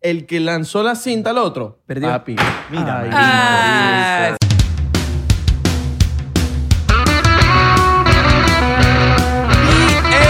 el que lanzó la cinta al otro, Perdió. papi. Mira, Ay, Ah,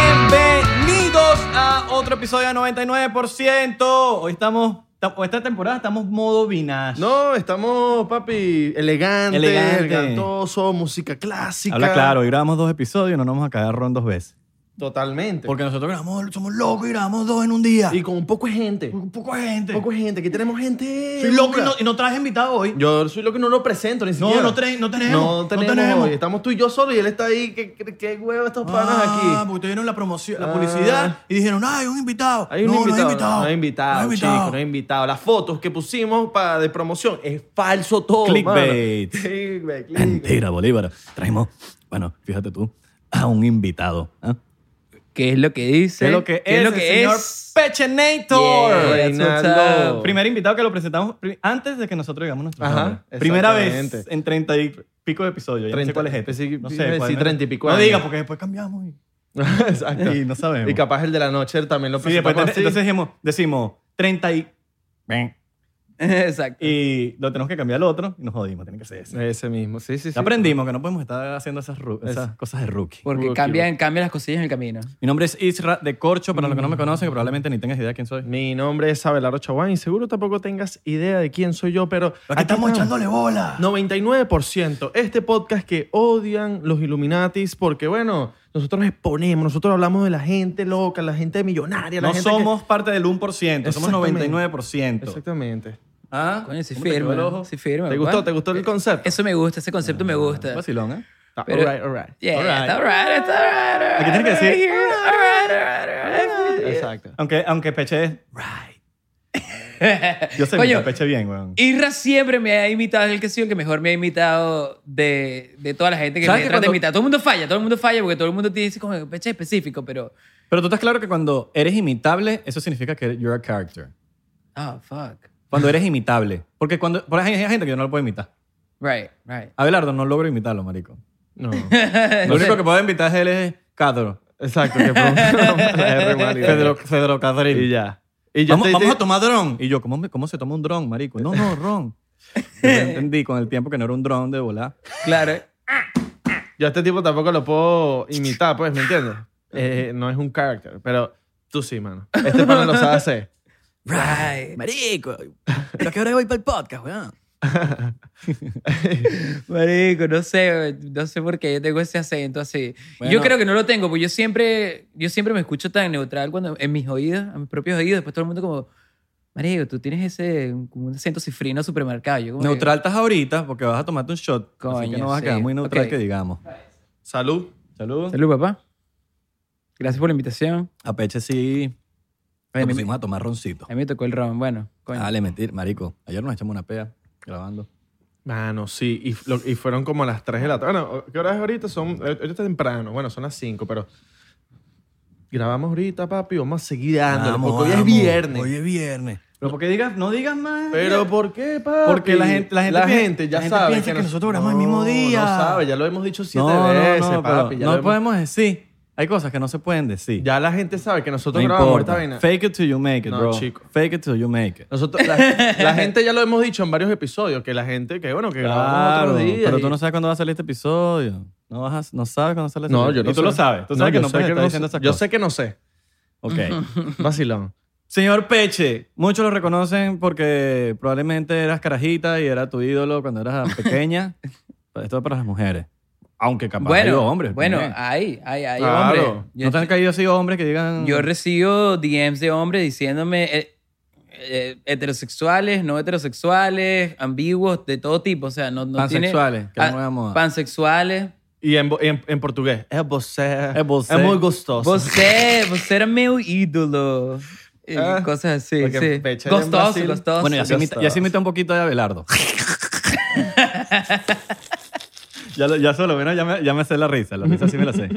Bienvenidos a otro episodio de 99%. Hoy estamos, ta- o esta temporada estamos modo vinage. No, estamos, papi, elegantes, Elegante. elegantosos, música clásica. Habla claro, hoy grabamos dos episodios y no nos vamos a cagar ron dos veces. Totalmente. Porque nosotros grabamos, somos locos y grabamos dos en un día. y con un poco de gente. un poco de gente. Poco de gente. Aquí tenemos gente. Soy loco y no, dura. y no traes invitado hoy. Yo soy lo que no lo presento ni No, siquiera. no tre- no tenemos, No no tenemos. tenemos. hoy. Estamos tú y yo solo y él está ahí. ¿Qué, qué, qué huevo estos panas Ah, aquí? porque te dieron la promoción, Ah. la publicidad y dijeron, ah, hay un invitado. Hay un no, invitado. no hay invitado. No hay invitado, No hay chico, invitado. no hay invitado. Las fotos que pusimos para de promoción es falso todo. Clickbait. mano. Clickbait, clickbait. Mentira, Bolívar. Traemos, bueno, fíjate tú, a un invitado. ¿ah? ¿Qué es lo que dice? ¿Qué es lo que ¿Qué es, lo que el es? señor Pechenator? Yeah. Reinaldo. Primer invitado que lo presentamos pri- antes de que nosotros digamos nuestro Ajá, nombre. Primera exactamente. vez en treinta y pico de episodios. Ya no sé 30, cuál es este. pensé- no pensé cuál- treinta y pico No años. diga, porque después cambiamos y, Exacto. y no sabemos. Y capaz el de la noche él también lo Sí, después este presentamos así. te- entonces decimos, decimos 30 y... Exacto. Y lo tenemos que cambiar al otro y nos jodimos. Tiene que ser ese. Ese mismo. Sí, sí, sí. Ya aprendimos que no podemos estar haciendo esas, ru- esas Eso. cosas de rookie. Porque Rookie, cambian, cambian las cosillas en el camino. Mi nombre es Isra de Corcho, para los que no Mm. me conocen, que probablemente ni tengas idea de quién soy. Mi nombre es Abelardo Chaguán y seguro tampoco tengas idea de quién soy yo, pero Aquí estamos echándole bola. 99%. Este podcast que odian los Illuminatis porque, bueno, nosotros exponemos, nosotros hablamos de la gente loca, la gente millonaria, la No gente que- somos parte del 1%, somos Exactamente. 99%. Exactamente. ¿Ah? Coño, sí ¿Cómo te quedó el firma. ojo? Sí firma. ¿Te gustó? papá. ¿Te gustó eh, el concepto? Eso me gusta, ese concepto me gusta. Vacilón, ¿eh? Ah, pero- all right, all right. Yeah, Alright. está alright, está alright, alright, Aquí tienes que decir, here, alright, alright, alright. Exacto. Aunque, aunque peche es... Right. Yo sé Eh, Coño. que peche bien, weón. Irra siempre me ha imitado, es el que sí, el que mejor me ha imitado de, de toda la gente que me ¿Sabes trata que de cuando- imitar. Todo el mundo falla, todo el mundo falla porque todo el mundo tiene ese como peche específico, pero. Pero tú estás claro que cuando eres imitable, eso significa que you're a character. Ah, fuck. Cuando eres imitable. Porque cuando... Por ejemplo, hay gente que yo no lo puedo imitar. Right, right. Abelardo no logro imitarlo, marico. No. Eh, Lo único que puedo imitar es él es Cadro. Exacto. Que Pedro. Eh, Pedro, Pedro Cadril. Y ya. Y yo Vamos, te- vamos te- a tomar dron. Y yo, ¿cómo, me- cómo se toma un dron, marico? No, no, ron. Yo entendí con el tiempo que no era un dron de volar. Claro. Yo a este tipo tampoco lo puedo imitar, pues, ¿me entiendes? Eh, no es un character, pero tú sí, mano. Este pana lo sabe hacer. Right. Marico, ¿pero qué hora voy para el podcast, weón? Marico, no sé, no sé por qué yo tengo ese acento así. Bueno. Yo creo que no lo tengo, porque yo siempre, yo siempre me escucho tan neutral cuando en mis oídos, a mis propios oídos, después todo el mundo como, Marico, tú tienes ese, como un acento cifrino supermercado. Yo como que- Neutral estás ahorita porque vas a tomarte un shot. así Coño, que no vas a sí. quedar muy neutral Ok. que digamos. Salud. Salud. Salud, papá. Gracias por la invitación. A Peche sí. Oye, Nos me- pusimos a tomar roncito. A mí me tocó el ron, bueno, coño. Dale, mentir, marico. Ayer nos echamos una pea grabando. Mano, sí. Y, lo- y fueron como a las 3 de la tarde. Bueno, ¿qué hora es ahorita? Son, ahorita es temprano. Bueno, son las 5, pero... Grabamos ahorita, papi. Vamos a seguir dándole. Vamos, porque hoy es vamos. viernes. Hoy es viernes. Pero porque digas, no digas más. Pero ¿por qué, papi? Porque la gente- la gente piensa- ya la gente sabe. piensa que nosotros grabamos el mismo día. No sabe, ya lo hemos dicho siete no, veces, no, no, pero papi. ya no lo hemos- podemos decir. Hay cosas que no se pueden decir. Ya la gente sabe que nosotros No grabamos importa. esta vaina. Fake it till you make it, No, bro. chico. Fake it till you make it. Nosotros, la, la gente ya lo hemos dicho en varios episodios, que la gente, que bueno, que grabamos otro día. pero tú y- no sabes cuándo va a salir este episodio. No, vas a- no sabes cuándo sale este No, episodio. yo no Y tú lo sabes. Tú sabes que yo no sé puedes estar no diciendo sé. esas Yo cosas. sé que no sé. Ok. Vacilón. Señor Peche, muchos lo reconocen porque probablemente eras carajita y era tu ídolo cuando eras pequeña. Esto es para las mujeres. Aunque capaz hay bueno, hombres. bueno, también. hay, hay, hay Claro. hombres. Yo ¿No te han caído así hombres que digan... Yo recibo DMs de hombres diciéndome eh, eh, heterosexuales, no heterosexuales, ambiguos, de todo tipo. O sea, no, no tiene- Pansexuales, que es la Ah, nueva moda. Pansexuales. Y en, bo- en, en portugués. Es você. Es você. Es muy gustoso. Você, você era meu ídolo. Y Ah, cosas así, porque sí. Pecha era en Gostoso, Brasil. gostoso. Bueno, y así, Ya imita, está. y así imita un poquito de Abelardo. ya, lo- ya solo, bueno, ya me, ya me sé la risa. La risa sí me la sé.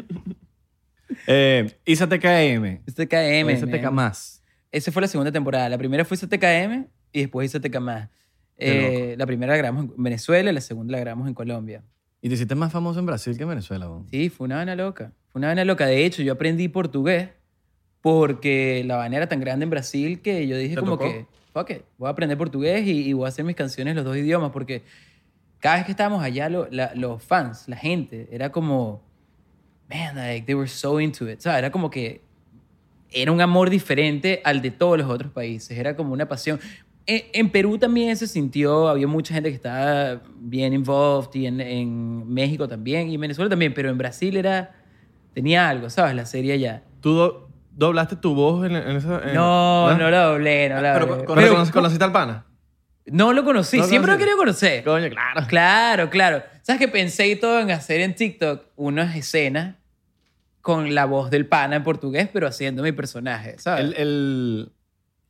Eh, Isa TKM. Hice TKM. Isa TK man. más. Esa fue la segunda temporada. La primera fue TKM y después hice TK más. Eh, la primera la grabamos en Venezuela, la segunda la grabamos en Colombia. Y te hiciste más famoso en Brasil que en Venezuela. weón. Sí, fue una vaina loca. Fue una vaina loca. De hecho, yo aprendí portugués porque la vaina era tan grande en Brasil que yo dije ¿Te como tocó? que... fuck it, voy a aprender portugués y, y voy a hacer mis canciones en los dos idiomas, porque cada vez que estábamos allá, lo- la- los fans, la gente, era como, man, like, they were so into it. O sea, era como que era un amor diferente al de todos los otros países, era como una pasión. En, en Perú también se sintió, había mucha gente que estaba bien involved y en, en México también y en Venezuela también, pero en Brasil era, tenía algo, ¿sabes? La serie allá. ¿Tú do- doblaste tu voz en, en esa...? en- No, no la doblé, no la Eh, Pero, doblé. con- Pero- con- ¿Conociste al pana? no lo conocí, No lo siempre lo conocí. quería conocer. Coño, claro. Claro, claro. ¿Sabes que pensé y todo en hacer en TikTok unas escenas con la voz del pana en portugués, pero haciendo mi personaje, ¿sabes? El, el-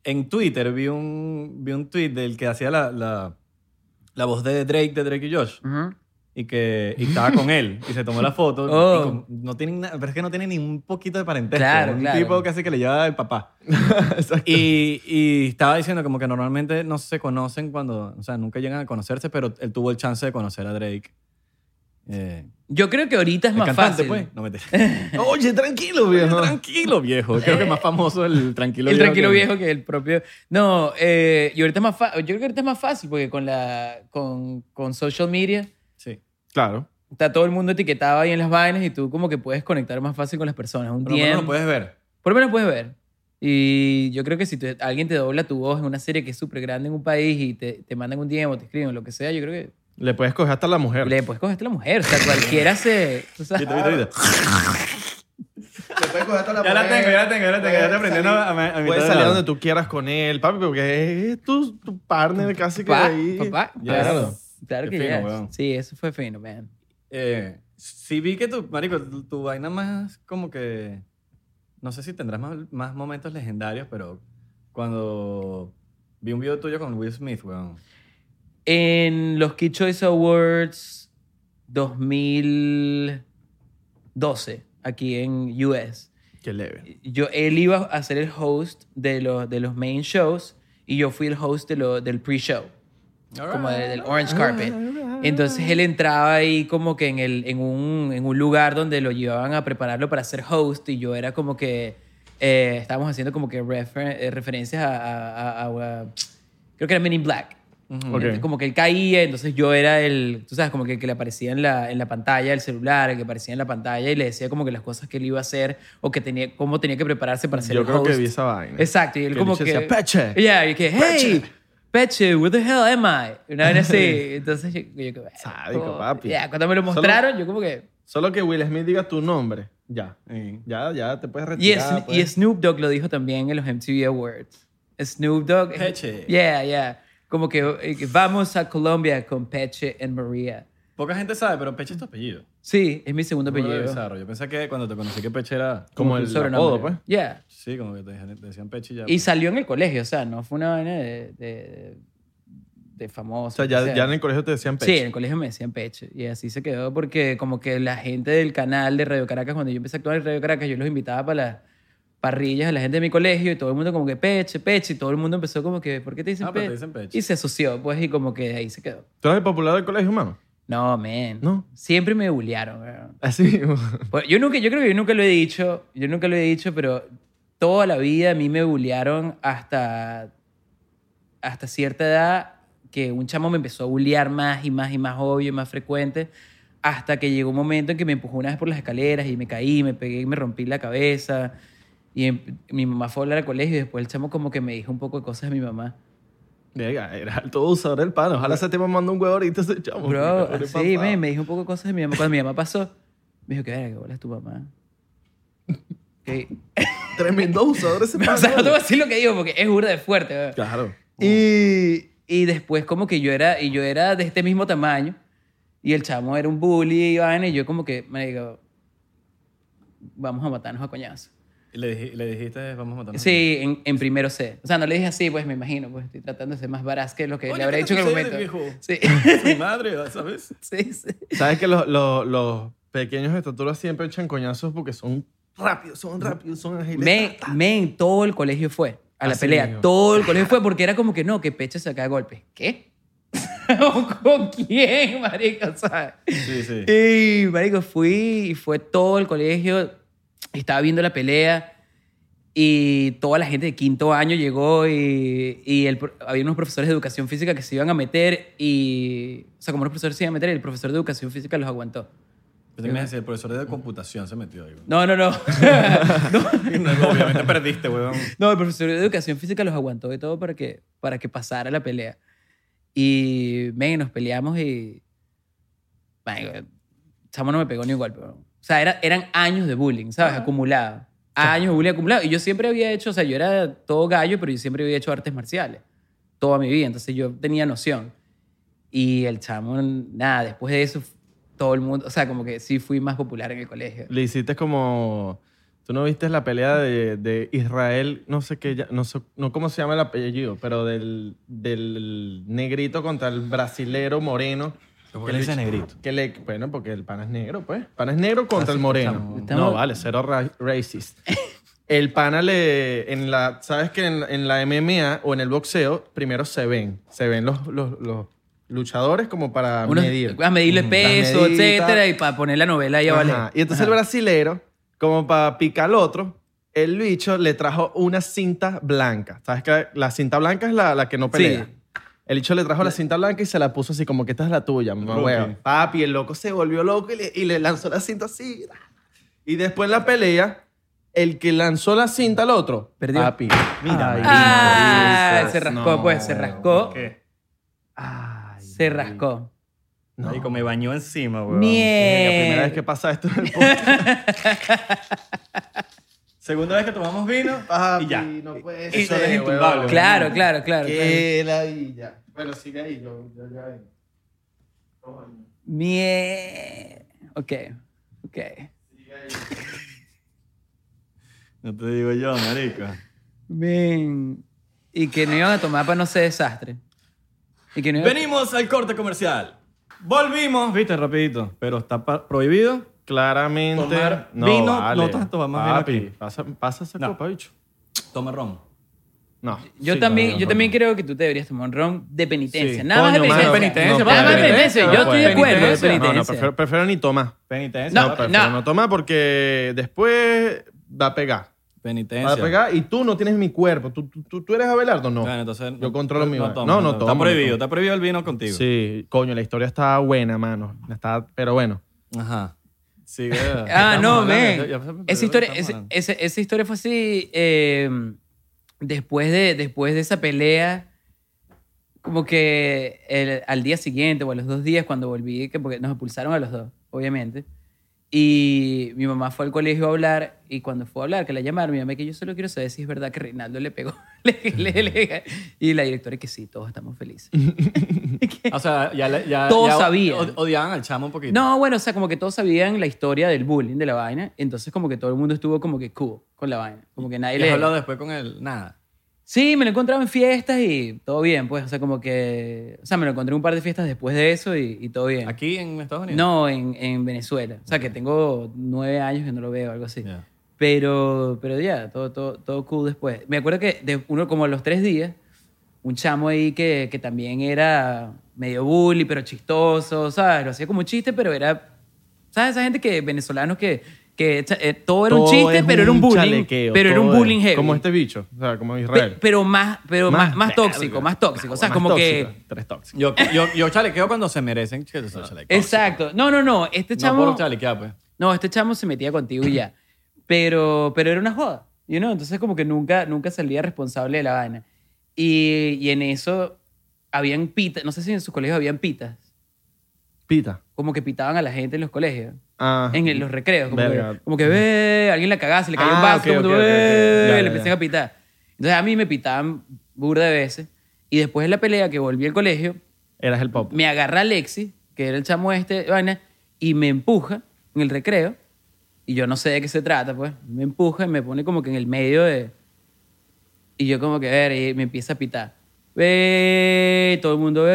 en Twitter vi un, vi un tweet del que hacía la, la, la voz de Drake, de Drake y Josh. Ujú. Y que y estaba con él y se tomó la foto. Oh. y con- no tienen na- pero es que no tiene ni un poquito de parentesco. Claro, un claro. tipo casi que le lleva el papá. Exacto. Y, y estaba diciendo como que normalmente no se conocen cuando, o sea, nunca llegan a conocerse, pero él tuvo el chance de conocer a Drake. Eh, Yo creo que ahorita es el más cantante, fácil. pues. No, mentira. Oye, tranquilo, viejo. Tranquilo viejo. Creo que es más famoso el tranquilo El viejo. tranquilo que- viejo que el propio. No, eh, y ahorita es más fa- yo creo que ahorita es más fácil porque con la con, con social media Sí. Claro. está todo el mundo etiquetado ahí en las vainas y tú como que puedes conectar más fácil con las personas. Un Pero no tiempo. lo puedes ver. Por lo menos puedes ver. Y yo creo que si te- alguien te dobla tu voz en una serie que es súper grande en un país y te, te mandan un DM o te escriben lo que sea, yo creo que Le puedes coger hasta la mujer. le puedes coger a la mujer. O sea, cualquiera se... tú sabes. Viste, viste, viste. Ya la tengo, ya la tengo, ya la tengo. Ya te aprendí a, a, a Puedes imitar salir el donde audio. tú quieras con él, papi, porque es tu, tu partner casi que Papá, ahí. papá. Yes. Claro, claro Qué que fino, yes. weón. Sí, eso fue fino, man. Eh, sí vi que tu, marico, tu, tu vaina más como que... No sé si tendrás más, más momentos legendarios, pero cuando vi un video tuyo con Will Smith, weón. En los Kid Choice Awards 2012, aquí en US, Qué leve. yo, él iba a ser el host de los, de los main shows y yo fui el host de lo- del pre-show, como de- del orange carpet. Entonces él entraba ahí como que en, el, en, un, en un lugar donde lo llevaban a prepararlo para ser host y yo era como que eh, estábamos haciendo como que refer- eh, referencias a, a- a- a- a- Creo que era Men in Black. Ujú. Ok. Entonces, como que él caía, entonces yo era el, tú sabes, como que el que le aparecía en la, en la pantalla del celular, el que aparecía en la pantalla y le decía como que las cosas que él iba a hacer o que tenía, cómo tenía que prepararse para ser Yo el creo que host. vi esa vaina. Exacto, y él Que como el que... bicho decía, "Peche". Yeah, y que, hey, Peche, where the hell am I? Una vaina así. Entonces yo, yo que, Sádico, como- papi. Ya, cuando me lo Solo- mostraron, yo como que... Solo que Will Smith diga tu nombre. Ya. Sí. Ya, ya te puedes Y, retirar. es- pues. y Snoop Dogg lo dijo también en los MTV Awards. Snoop Dogg. Peche. Yeah, yeah. Como que eh, que vamos a Colombia con Peche and María. Poca gente sabe, pero Peche es tu apellido. Sí, es mi segundo No lo apellido. bizarro. Yo pensé que cuando te conocí que Peche era... Como que el un sobrenombre. apodo, pues. Yeah. Sí, como que te dijeron- te decían Peche y ya. Y salió en el colegio, o sea, no fue una vaina de, de, de O famoso. sea, o ya, sea. ya en el colegio te decían Sí, en pecho. el colegio me decían Peche. Y así se quedó porque como que la gente del canal de Radio Caracas, cuando yo empecé a actuar en Radio Caracas, yo los invitaba para las parrillas a la gente de mi colegio y todo el mundo como que Peche, Peche. Y todo el mundo empezó como que, ¿por qué te dicen, Ah, pero peche? te dicen Peche. Y se asoció, pues, y como que ahí se quedó. ¿Tú eres el popular del colegio, mano? No, man. No. Siempre me bullearon, weón. Así. Bueno, Pues, yo, nunca, yo creo que yo nunca lo he dicho, yo nunca lo he dicho, pero toda la vida a mí me bullearon hasta, hasta cierta edad que un chamo me empezó a bullear más y más y más obvio y más frecuente hasta que llegó un momento en que me empujó una vez por las escaleras y me caí, me pegué y me rompí la cabeza. Y em- mi mamá fue a hablar al colegio y después el chamo como que me dijo un poco de cosas de mi mamá. Venga, era alto usador el pana. Ojalá ese tipo manda un huevo ahorita ese chamo. Bro, Pobre así, papá. me, me dijo un poco de cosas de mi mamá. Cuando mi mamá pasó, me dijo, que verga, que bola es tu mamá. Que- Tremendo usador ese pana. O sea, no te voy a decir lo que digo porque es burda de fuerte. weón. Claro. Y, y después como que yo era, y yo era de este mismo tamaño y el chamo era un bully y vaina, y yo como que me digo, vamos a matarnos a coñazo. Y le, dij- le dijiste, vamos a matarnos. Sí, en, en primero C. O sea, no le dije así, pues me imagino, pues estoy tratando de ser más varaz que lo que Oye, le habré ¿qué dicho en el te momento. sucede, viejo? Sí. Mi madre, ¿sabes? sí, sí. ¿Sabes que los, los, los pequeños de estatura siempre echan coñazos porque son rápidos, son rápidos, son ágiles? Men, men, todo el colegio fue a Ah, la Así pelea. mismo. Todo el colegio fue porque era como que no, que Peche se cae a golpes. ¿Qué? ¿Con quién, marico? ¿Sabes? Sí, sí. Y, marico, fui y fue todo el colegio. Estaba viendo la pelea Y toda la gente de quinto año llegó y, y el pro- había unos profesores de educación física que se iban a meter y... O sea, como los profesores se iban a meter, el profesor de educación física los aguantó. Yo también decía, el profesor de computación se metió ahí. güey. No, no, no. Y no, obviamente perdiste, weón. No, el profesor de educación física los aguantó y todo para que, para que pasara la pelea. Y, men, nos peleamos y... Marico, el chamo no me pegó ni igual, pero... O sea, era- eran años de bullying, ¿sabes? Acumulado. Años de bullying acumulado. Y yo siempre había hecho, o sea, yo era todo gallo, pero yo siempre había hecho artes marciales. Toda mi vida. Entonces yo tenía noción. Y el chamo, nada, después de eso, todo el mundo, o sea, como que sí fui más popular en el colegio. Le hiciste como... Tú no viste la pelea de, de Israel, no sé qué, ya- no sé no cómo se llama el apellido, pero del, del negrito contra el brasilero moreno. Que ¿Por qué le le- dice negrito? Que le, bueno, porque el pana es negro, pues. Pana es negro contra el moreno. estamos- No, vale, cero ra- racist. El pana le. En la, ¿Sabes que en, en la MMA o en el boxeo, primero se ven. Se ven los, los, los luchadores como para Unos- medir. A medirle peso, medidas. etcétera, y para poner la novela ahí a valer. Ajá. Y entonces el brasilero, como para picar al otro, el bicho le trajo una cinta blanca. ¿Sabes que La cinta blanca es la, la que no pelea. Sí. El bicho le trajo la cinta blanca y se la puso así como que esta es la tuya, mamá Rookie. huevo". Papi, el loco se volvió loco y le, y le lanzó la cinta así. Y después en la pelea, el que lanzó la cinta al otro, Perdió. papi. Mira, Ay, Ah, Jesus, se rascó, no. pues, se rascó. ¿Qué? Ay, Se rascó. no. Marico, Eh. me bañó encima, weón. Es la primera Mier- vez que pasa esto en el podcast. Segunda vez que tomamos vino y ya. Papi, no puede Eso es ser, intumbable, huevón. weón. Claro, claro, claro. claro. Qué ladilla. Bueno, sigue ahí, yo, yo ya vengo. Mier- Ok, ok. No te digo yo, marico. Bien. Y que no iban a tomar para no ser desastre. Y que no iban Venimos al corte comercial. Volvimos, viste, rapidito. Pero está pa- prohibido. Claramente. Tomar vino, no estás tomando vino Papi, aquí. Pasa, pasa esa No. copa, bicho. Toma ron. No. Yo Sí, también, no, no, yo no, también no. creo que tú te deberías tomar un ron de penitencia. Sí. Nada más de Coño, mano, penitencia. penitencia, Nada más de papi, penitencia, penitencia. Yo estoy de papi. acuerdo de Penitencia. No, no, penitencia. prefiero, prefiero ni tomar. Penitencia. No, No, papi. prefiero no. tomar porque después va a pegar. Va a Penitencia. pegar y tú no tienes mi cuerpo. ¿Tú, tú, tú- tú eres Abelardo? No. Bueno, entonces, Yo controlo mi vaina. tomo, No, no tomo, Está no prohibido, tomo. está prohibido el vino contigo. Sí, coño, la historia está buena, mano. Está, pero bueno. Ajá. Sigue. Ah, Estamos no, hablando, ya- ya sabes men. de lo Esa que historia, estamos ese- hablando. ese- esa historia fue así. eh, después, de, después de esa pelea, como que el- al día siguiente o a los dos días, cuando volví, que porque nos expulsaron a los dos, obviamente. Y mi mamá fue al colegio a hablar y cuando fue a hablar, que la llamaron, mi mamá que yo solo quiero saber si es verdad que Reinaldo le pegó. Le- le- le- y la directora que sí, todos estamos felices. O sea, ya, le- ya, Todos ya o- sabían. o- Odiaban al chamo un poquito. No, bueno, o sea, como que todos sabían la historia del bullying, de la vaina. Entonces, como que todo el mundo estuvo como que cool con la vaina. Como que nadie Y has le... hablado después con él. Nada. Sí, me lo encontraba en fiestas y todo bien, pues. O sea, como que... O sea, me lo encontré en un par de fiestas después de eso y, y todo bien. Aquí en Estados Unidos. No, en, en Venezuela. O sea, que tengo nueve años que no lo veo, algo así. Ya. Pero, pero ya, todo, todo, todo cool después. Me acuerdo que de uno como a los tres días, un chamo ahí que, que también era medio bully, pero chistoso, ¿sabes? Lo hacía como un chiste, pero era... ¿Sabes? Esa gente que venezolanos que... que cha- eh, todo era un Todo chiste, es pero era un bullying. chalequeo, Pero era un todo es- bullying heavy. Como este bicho, o sea, como Pe- Israel. pero más, pero más, Más más verga. tóxico, más tóxico. O sea, Más como tóxico, que... Tres tóxicos. Yo, yo, yo chalequeo cuando se merecen. que yo soy chalequeo. Ah. Exacto. No, no, no. Este No chamo... puedo chalequear, pues. No, este chamo se metía contigo y ya. Pero, pero era una joda, you know? Entonces como que nunca, nunca salía responsable de la vaina. Y, y en eso habían pitas, no sé si en sus colegios habían pitas, Pita. como que pitaban a la gente en los colegios, Ah. en el- los recreos, como Verga. que, como que, ve, alguien la cagaba, se le cayó un Ah, vaso, ok, todo el mundo, ok, ok, ok. "Ve", Ya, ya, le ya. empezaban a pitar. Entonces a mí me pitaban burda de veces. Y después de la pelea que volví al colegio, Eras el pop. me agarra Alexi, que era el chamo este, vaina, y me empuja en el recreo. Y yo no sé de qué se trata, pues. Me empuja y me pone como que en el medio de... Y yo como que, a ver, y me empieza a pitar. Ve, todo el mundo,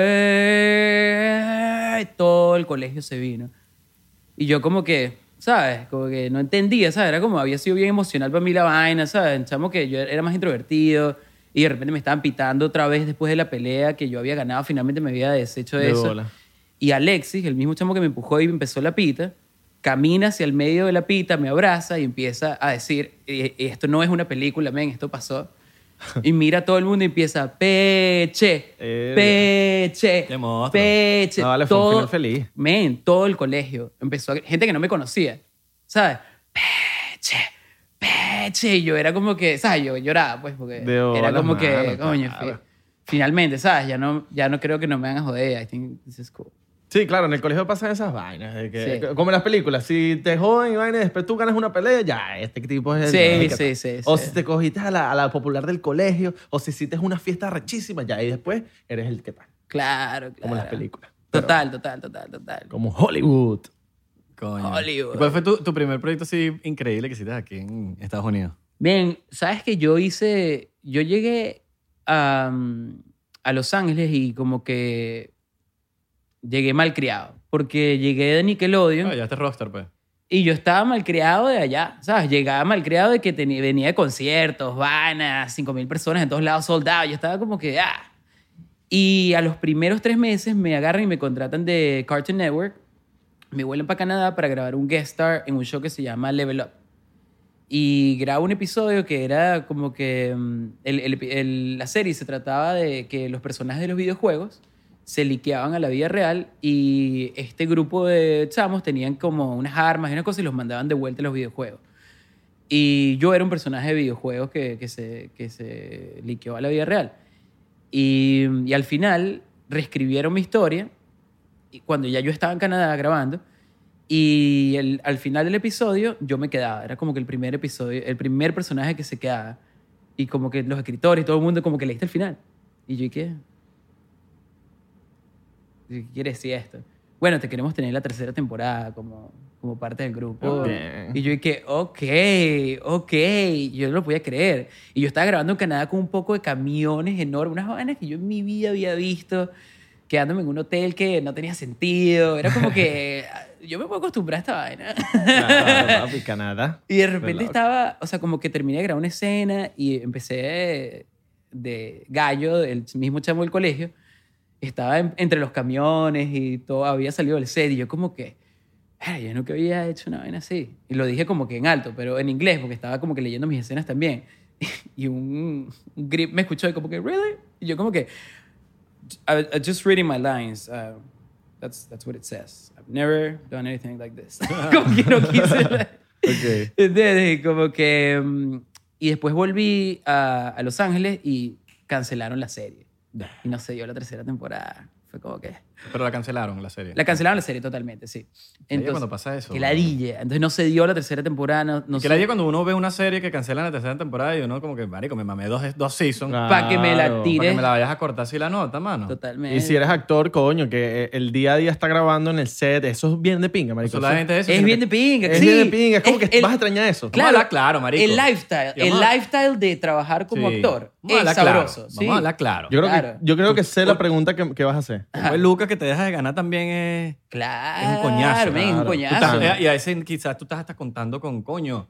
ve, todo el colegio se vino. Y yo como que, ¿sabes? Como que no entendía, ¿sabes? Era como, había sido bien emocional para mí la vaina, ¿sabes? El Chamo que yo era más introvertido y de repente me estaban pitando otra vez después de la pelea que yo había ganado, finalmente me había deshecho de, De eso. bola. Y Alexis, el mismo chamo que me empujó y me empezó la pita, camina hacia el medio de la pita, me abraza y empieza a decir, "E- esto no es una película, men, esto pasó. Y mira a todo el mundo y empieza, peche, Eh, peche, qué monstruo. peche. No, vale, fue un todo, final feliz. Men, todo el colegio empezó a, gente que no me conocía, ¿sabes? Peche, peche. Y yo era como que, ¿sabes? Yo lloraba, pues, porque De era bolas, como que, mano, coño, claro. fi- finalmente, ¿sabes? Ya no, ya no creo que no me van a joder. I think this is cool. Sí, claro, en el colegio pasan esas vainas. de que- Sí. Como en las películas. Si te joden y vainas, después tú ganas una pelea, ya, este tipo es el. Sí, el que- sí, sí, O sí. si te cogiste a la, a la popular del colegio, o si hiciste una fiesta rechísima, ya, y después eres el que tal. Claro, claro. Como en las películas. Total, total, total, total. Como Hollywood. Coño. Hollywood. ¿Y ¿Cuál fue tu, tu primer proyecto así increíble que hiciste aquí en Estados Unidos? Bien, sabes que yo hice, yo llegué a, mm, a Los Ángeles y como que llegué malcriado, porque llegué de Nickelodeon Ah, ya este rockstar, pues. y yo estaba malcriado de allá, ¿sabes? Llegaba malcriado de que tenía, venía de conciertos, vanas, 5.000 personas en todos lados, soldados, yo estaba como que, ah. Y a los primeros tres meses me agarran y me contratan de Cartoon Network, me vuelan para Canadá para grabar un guest star en un show que se llama Level Up. Y grabo un episodio que era como que mm, el- el- el- la serie se trataba de que los personajes de los videojuegos se liqueaban a la vida real y este grupo de chamos tenían como unas armas y unas cosas y los mandaban de vuelta a los videojuegos. Y yo era un personaje de videojuegos que, que se, que se liqueó a la vida real. Y, y al final reescribieron mi historia y cuando ya yo estaba en Canadá grabando y el- al final del episodio yo me quedaba, era como que el primer episodio, el primer personaje que se quedaba y como que los escritores y todo el mundo como que leíste el final. Y yo, ¿y qué? ¿Y ¿Qué quiere decir esto? Bueno, te queremos tener en la tercera temporada como, como parte del grupo. Bien. Y yo dije, ok, ok, yo no lo podía creer. Y yo estaba grabando en Canadá con un poco de camiones enormes, unas vainas que yo en mi vida había visto, quedándome en un hotel que no tenía sentido. Era como que ah, yo me puedo acostumbrar a esta vaina. Claro, papi, Canadá. Y de repente Relax. estaba, o sea, como que terminé de grabar una escena y empecé de, de gallo, el mismo chamo del colegio. Estaba en- entre los camiones y todo, había salido del set y yo como que, "Verga, yo nunca había hecho una vaina así. Y lo dije como que en alto, pero en inglés, porque estaba como que leyendo mis escenas también. Y un, un grip me escuchó y como que, ¿really? Y yo como que, I, I just reading my lines. uh, that's, that's what it says. I've never done anything like this. como que no quise... Ok. ¿Entiendes? Y Como que... mm, Y después volví a, a Los Ángeles y cancelaron la serie. Y no se dio la tercera temporada. Fue como que... Pero la cancelaron, la serie. La cancelaron la serie totalmente, sí. Ladilla cuando pasa eso, Que bro. ladilla. Entonces no se dio la tercera temporada. No, no que sé. la idea cuando uno ve una serie que cancelan la tercera temporada y uno como que, marico, me mamé dos, dos seasons Claro. Pa' que me la Claro, pa' que tire. para que me la vayas a cortar así la nota, mano. Totalmente. Y si eres actor, coño, que eh, el día a día está grabando en el set, eso es bien de pinga, marico. Eso la gente Es bien de pinga. Es sí. bien de pinga, es como que el- vas a extrañar eso. Claro, hablar claro, marico. El lifestyle. Y vamos el a- lifestyle de trabajar como Sí. actor. Vamos a Es hablar claro. sabroso. sí. Vamos a hablar claro. Yo creo, Claro. Que, yo creo que sé la pregunta que, que vas a hacer. Como el Lucas que te deja de ganar también es... Claro. Es un coñazo. men, claro. un Tú Tú coñazo. estás- estás- eh, y a veces quizás tú estás hasta contando con coño.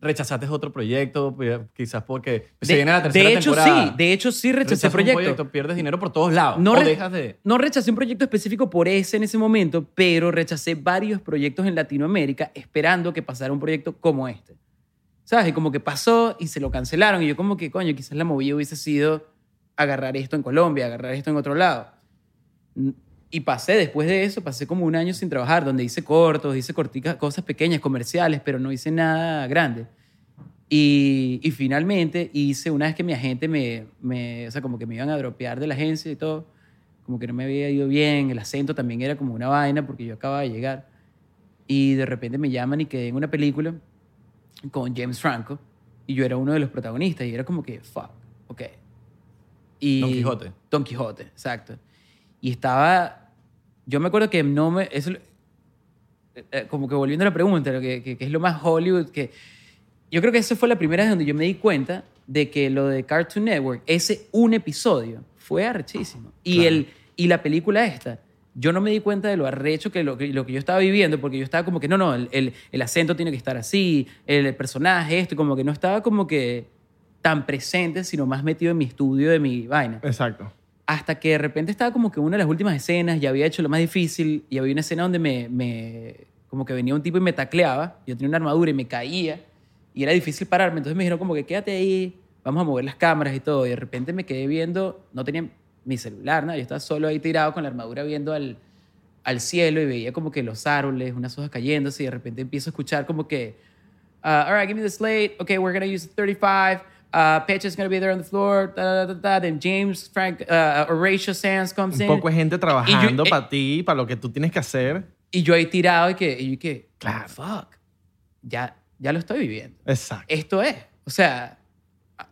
Rechazaste otro proyecto, pi- quizás porque se De- viene la tercera de hecho, temporada. sí. De hecho, sí Rechazas rechacé un proyectos. Pierdes dinero por todos lados. No No re- dejas de... No rechacé un proyecto específico por ese en ese momento, pero rechacé varios proyectos en Latinoamérica esperando que pasara un proyecto como este. ¿Sabes? Y como que pasó y se lo cancelaron. Y yo como que, coño, quizás la movida hubiese sido agarrar esto en Colombia, agarrar esto en otro lado. N- Y pasé, después de eso, pasé como un año sin trabajar, donde hice cortos, hice corticas, cosas pequeñas, comerciales, pero no hice nada grande. Y, y finalmente hice, una vez que mi agente me, me, o sea, como que me iban a dropear de la agencia y todo, como que no me había ido bien, el acento también era como una vaina porque yo acababa de llegar. Y de repente me llaman y quedé en una película con James Franco y yo era uno de los protagonistas y era como que, fuck, ok. Y, Don Quijote. Don Quijote, exacto. Y estaba, yo me acuerdo que no me, eso, eh, eh, como que volviendo a la pregunta, lo que, que- que es lo más Hollywood que... Yo creo que esa fue la primera vez donde yo me di cuenta de que lo de Cartoon Network, ese un episodio, fue arrechísimo. Y, el, y la película esta, yo no me di cuenta de lo arrecho que lo, que lo que yo estaba viviendo, porque yo estaba como que, no, no, el, el- el acento tiene que estar así, el personaje, esto, como que no estaba como que tan presente, sino más metido en mi estudio de mi vaina Exacto. hasta que de repente estaba como que una de las últimas escenas, ya había hecho lo más difícil y había una escena donde me, me- Como que venía un tipo y me tacleaba, yo tenía una armadura y me caía, y era difícil pararme. Entonces me dijeron como que quédate ahí, vamos a mover las cámaras y todo. Y de repente me quedé viendo, no tenía mi celular, nada, yo estaba solo ahí tirado con la armadura viendo al, al cielo y veía como que los árboles, unas hojas cayéndose y de repente empiezo a escuchar como que, uh, all right, give me the slate, okay, we're gonna use 35, uh, Patch is gonna be there on the floor, ta, ta, ta, ta, then James, Frank, uh, Horatio Sands comes Un in. poco de gente trabajando eh, para ti, para lo que tú tienes que hacer. Y yo ahí tirado y que, y yo que claro, fuck, ya, ya lo estoy viviendo. Exacto. Esto es, o sea, a-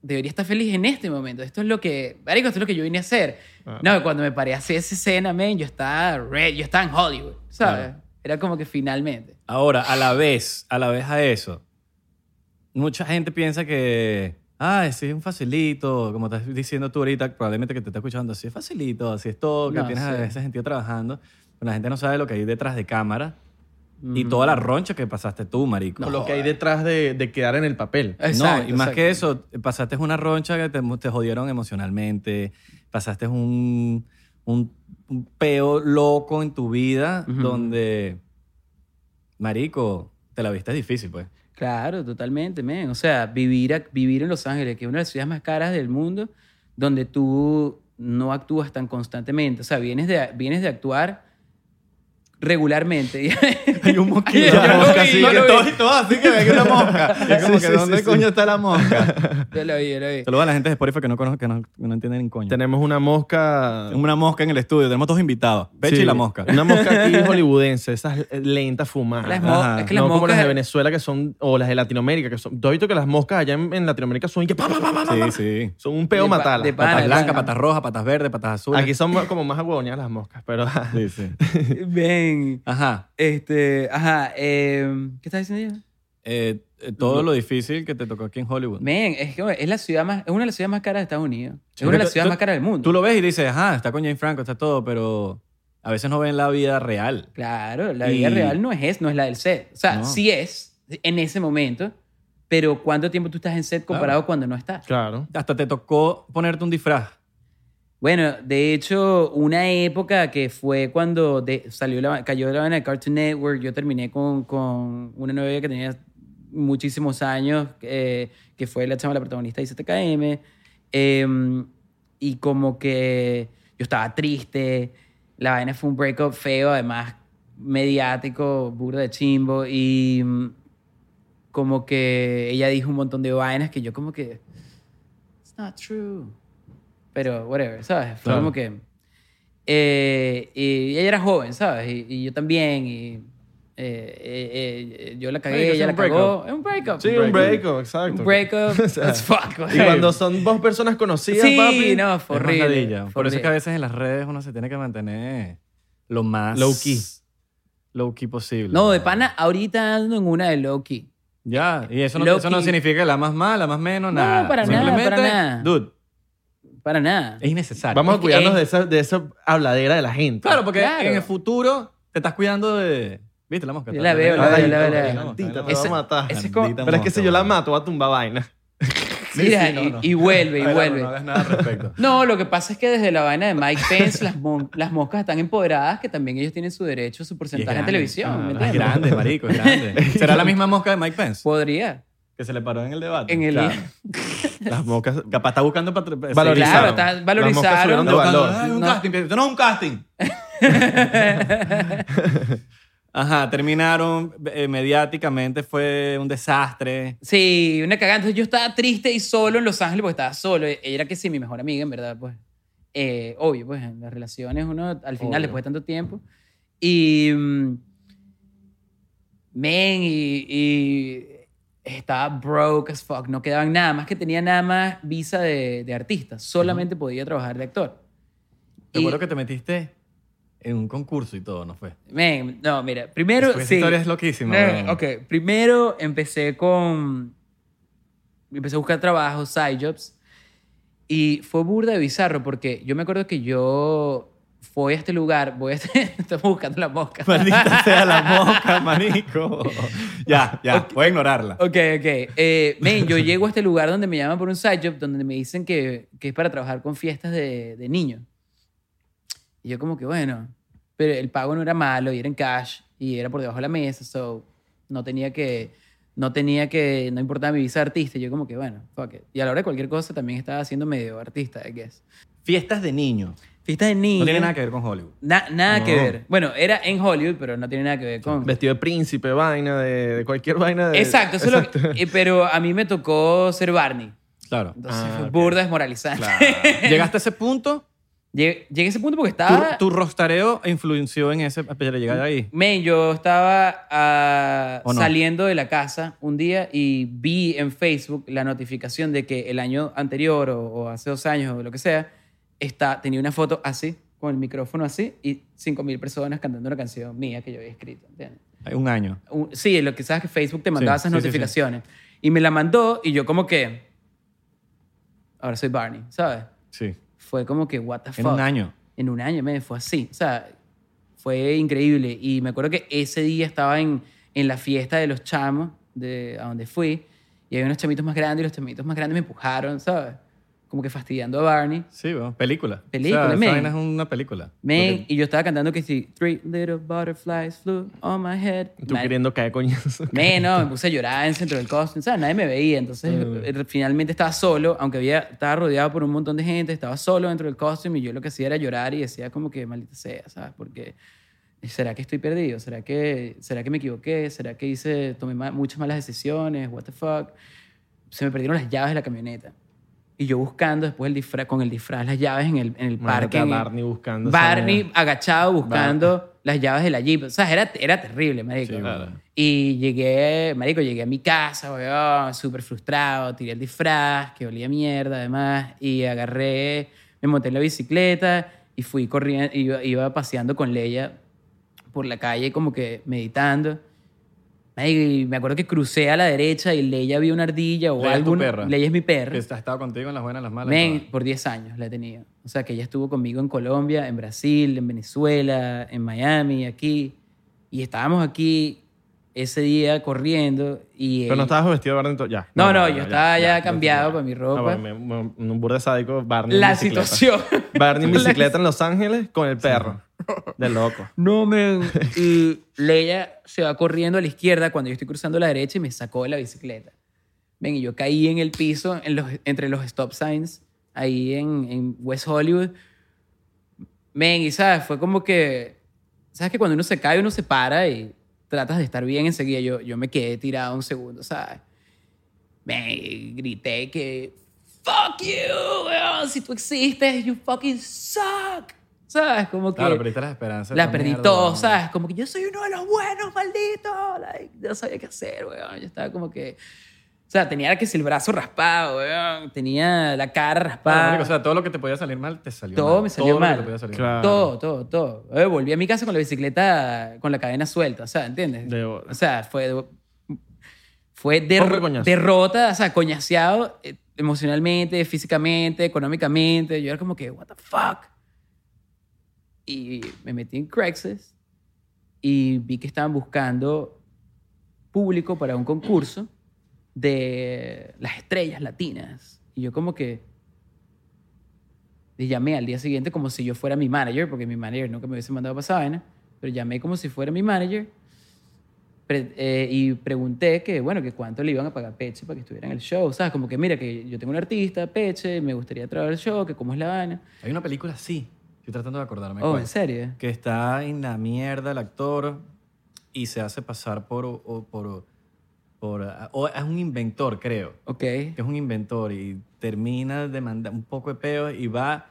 debería estar feliz en este momento. Esto es lo que, marico, esto es lo que yo vine a hacer. Ah. Claro. No, cuando me paré a hacer esa escena, man, yo estaba red, yo estaba en Hollywood, ¿sabes? Claro. Era como que finalmente. Ahora, a la vez, a la vez a eso, mucha gente piensa que, ah, sí, es un facilito, como estás diciendo tú ahorita, probablemente que te está escuchando, así es facilito, así es todo, que No, tienes sí. a ese sentido trabajando, pero la gente no sabe lo que hay detrás de cámara y toda Mm. la roncha que pasaste tú, marico. Lo que hay detrás de, de quedar en el papel. Exacto, no, y más exacto. que eso, pasaste una roncha que te, te jodieron emocionalmente, pasaste un, un, un peo loco en tu vida Ujú. donde, marico, te la viste difícil, pues. Claro, totalmente, men. O sea, vivir, ac- vivir en Los Ángeles, que es una de las ciudades más caras del mundo, donde tú no actúas tan constantemente. O sea, vienes de, vienes de actuar regularmente. Hay un mosquito. Yo lo vi, así yo que lo vi. todo, todo así que ve que una mosca. Y es como Sí, que sí, ¿dónde sí, coño sí. está la mosca? Yo lo vi, yo lo vi. Saludos a la gente de Spotify que no conozco, que no, que no entienden ni coño. Tenemos una mosca. Tenemos una mosca en el estudio, tenemos dos invitados, Peche Sí, y la mosca. Una mosca aquí hollywoodense, esas lentas fumadas. Las mo- Ajá. es que las no como moscas- las de Venezuela que son, o las de Latinoamérica que son. Yo he visto que las moscas allá en, en Latinoamérica son, y que pa, pa, pa, pa, pa, Sí, pa. sí. son un peo De pa- matala. de pa- Patas Pana, blancas, pana. patas rojas, patas verdes, patas azules. Aquí son como más aguadoneadas las moscas, pero Sí, sí. Ven, Ajá. este, ajá, eh, ¿qué estás diciendo yo? Eh, eh, todo lo difícil que te tocó aquí en Hollywood. Men, es que es la ciudad más, es una de las ciudades más caras de Estados Unidos. Sí, es una de las tú- ciudades tú- más caras del mundo. Tú lo ves y dices, ajá, está con Jane Franco, está todo, pero a veces no ven la vida real. Claro, la Y- vida real no es es, no es la del set. O sea, No. sí es en ese momento, pero ¿cuánto tiempo tú estás en set comparado a cuando no estás? claro. Hasta te tocó ponerte un disfraz. Bueno, de hecho, una época que fue cuando de- salió la, cayó la vaina de Cartoon Network, yo terminé con, con una novia que tenía muchísimos años, eh, que fue la chama, la protagonista de ZKM, eh, y como que yo estaba triste, la vaina fue un breakup feo, además mediático, burda de chimbo, y mm, como que ella dijo un montón de vainas que yo como que... It's not true. Pero, whatever, ¿sabes? Fue Claro. como que. eh, y ella era joven, ¿sabes? Y, y yo también, y. eh, eh, eh, yo la Marico, cagué, es ella la un cagó. Es un breakup. Sí, un break-up. breakup, exacto. Un breakup. O sea, That's fuck, Y güey. cuando son dos personas conocidas, Sí, papi, no, fue Es más horrible. ladilla. fue Por eso es que a horrible. veces en las redes uno se tiene que mantener lo más... Low key. Low key posible. No, de pana, ahorita ando en una de Loki. Ya, y eso no, Low eso no key. significa que la más más, la más menos, No, nada. para nada, Simplemente, para nada. Dude, Para nada. es innecesario. vamos a Es- cuidarnos es- de esa, de esa habladera de la gente. Claro, porque Eh, Claro. en el futuro te estás cuidando de... ¿Viste la mosca? Yo la veo, la veo, Ay, la veo, la mosca, veo. mosca, Te va a Esa- matar. esa es como- Maldita Pero es que si yo la mosca, mato, va a tumbar vaina. Sí, Mira, sí, no, y, no. y vuelve, y Ay, no, vuelve. No, hagas nada al respecto. No, lo que pasa es que desde la vaina de Mike Pence las, mon- las moscas están empoderadas, que también ellos tienen su derecho, su Y es porcentaje en grande. televisión, Ah, ¿me Es entiendes? grande, marico, es grande. ¿Será la misma mosca de Mike Pence? Podría. Que se le paró en el debate. En el Claro. Las mocas Capaz está buscando para... tra- valorizaron. claro, Ah, está- Las moscas valorizaron. subieron de Está buscando, valor. "Ay, un No. casting. Esto no es un casting. Ajá, terminaron eh, mediáticamente, fue un desastre. Sí, una cagada. Entonces yo estaba triste y solo en Los Ángeles porque estaba solo. Ella era que sí, mi mejor amiga, en verdad, pues. Eh, obvio, pues en las relaciones uno al final, Obvio. después de tanto tiempo. Y. mm, Men, y, y estaba broke as fuck. No quedaban nada más que tenía nada más visa de, de artista. Solamente podía trabajar de actor. Te Y- acuerdo que te metiste en un concurso y todo, ¿no fue? Men, no, mira, primero. Porque esa sí. historia es loquísima. weón. Eh, ok, primero empecé con. Empecé a buscar trabajo, side jobs. Y fue burda de bizarro porque yo me acuerdo que yo fui a este lugar, voy a este- estamos buscando la mosca. Maldita sea la mosca, marico. Ya, ya, voy a ignorarla. Ok, ok. Eh, men, yo llego a este lugar donde me llaman por un side job, donde me dicen que, que es para trabajar con fiestas de, de niños. Y yo como que, bueno, pero el pago no era malo y era en cash y era por debajo de la mesa, so no tenía que, no tenía que, no importaba mi visa de artista, yo como que bueno, fuck it. Y a la hora de cualquier cosa también estaba siendo medio artista, I guess. Fiestas de niños. Fiesta de niños. No tiene nada que ver con Hollywood. Na- nada que No. ver. Bueno, era en Hollywood, pero no tiene nada que ver con... Vestido de príncipe, vaina, de, de cualquier vaina. De, Exacto, eso es lo que- eh, pero a mí me tocó ser Barney. Claro. Entonces Ah, fue ok. burda desmoralizante. Llegaste a ese punto, Llegué, llegué a ese punto porque tu, estaba... tu rostareo influenció en ese para llegar ahí. Men, yo estaba ah, ¿O no? saliendo de la casa un día y vi en Facebook la notificación de que el año anterior o, o hace dos años o lo que sea, está, tenía una foto así, con el micrófono así y 5.000 personas cantando una canción mía que yo había escrito. ¿entiendes? Un año. Un- sí, lo que sabes que Facebook te mandaba Sí, esas sí, sí, sí. notificaciones. Y me la mandó y yo como que... Ahora soy Barney, ¿sabes? Sí. Fue como que, what the fuck. En un año. En un año, me fue así. O sea, fue increíble. Y me acuerdo que ese día estaba en, en la fiesta de los chamos, de, a donde fui, y había unos chamitos más grandes y los chamitos más grandes me empujaron, ¿sabes? Como que fastidiando a Barney. Sí, weón. Película. Película, O sea, men. esa vaina es una película. Men, y yo estaba cantando que sí, Three little butterflies flew on my head. Tú Man- queriendo caer coñazo. Men, no, me puse a llorar en el centro del costo, ¿sabes? Nadie me veía, entonces eh, finalmente estaba solo, aunque había, estaba rodeado por un montón de gente, estaba solo dentro del costume y yo lo que hacía era llorar y decía como que maldita sea, ¿sabes? Porque eh, ¿será que estoy perdido? ¿Será que, será que me equivoqué? ¿Será que hice, tomé ma- muchas malas decisiones? ¿What the fuck? Se me perdieron las llaves de la camioneta. Y yo buscando después el disfraz, con el disfraz las llaves en el, en el Imagínate parque. a en el- Barney buscando. esa Barney vaina. agachado buscando las llaves de la Jeep. O sea, era, era terrible, marico. Sí, claro. Y llegué, marico, llegué a mi casa, weón, súper frustrado. Tiré el disfraz, que olía a mierda además. Y agarré, me monté en la bicicleta y fui corriendo, iba, iba paseando con Leia por la calle como que meditando. Marico, y me acuerdo que crucé a la derecha y Leia vio una ardilla o Leia es tu algo. perra. Leia es mi perra. Que ha estado contigo en las buenas, en las malas. Men, todo. por 10 años la he tenido. O sea, que ella estuvo conmigo en Colombia, en Brasil, en Venezuela, en Miami, aquí. Y estábamos aquí ese día corriendo y... Pero no estabas vestido de Barney. to- Ya. No, no, yo estaba ya yo cambiado estaba- para mi ropa. Ah, bueno, me- me- un burda sádico, Barney. en La bicicleta. situación. Barney en La- bicicleta en Los Ángeles con el perro. De loco. No, men. Y Leia se va corriendo a la izquierda cuando yo estoy cruzando la derecha y me sacó de la bicicleta. Ven, y yo caí en el piso en los, entre los stop signs ahí en, en West Hollywood. Men, y sabes, fue como que. ¿Sabes que cuando uno se cae, uno se para y tratas de estar bien enseguida? Yo, yo me quedé tirado un segundo, ¿sabes? Me grité que. ¡Fuck you! weón! Si tú existes, you fucking suck. ¿Sabes? Como que. Claro, perdiste las esperanzas. La esa perdí mierda, todo, weón. ¿sabes? Como que yo soy uno de los buenos, maldito. Like, no sabía qué hacer, weón. Yo estaba como que... O sea, tenía que si el brazo raspado, weón. Tenía la cara Claro, raspada. marico, o sea, todo lo que te podía salir mal te salió Todo mal. me salió todo mal. Lo que te podía salir Claro. mal. Todo, todo, todo. Eh, volví a mi casa con la bicicleta, con la cadena suelta, o sea, ¿entiendes? De bola. o sea, fue, fue der- Hombre coñazo. derrota, o sea, coñaseado eh, emocionalmente, físicamente, económicamente. Yo era como que, what the fuck. Y me metí en Craigslist y vi que estaban buscando público para un concurso de las estrellas latinas. Y yo como que le llamé al día siguiente como si yo fuera mi manager, porque mi manager nunca me hubiese mandado para esa vaina, pero llamé como si fuera mi manager pre- eh, y pregunté que, bueno, que cuánto le iban a pagar a Peche para que estuviera en el show, ¿sabes? Como que, mira, que yo tengo un artista, Peche, me gustaría traer el show, que cómo es la vaina. Hay una película así. Estoy tratando de acordarme. Oh, cuál. ¿en serio? que está en la mierda el actor y se hace pasar por o, por por o es un inventor creo Ok. que es un inventor y termina de mandar un poco de peo y va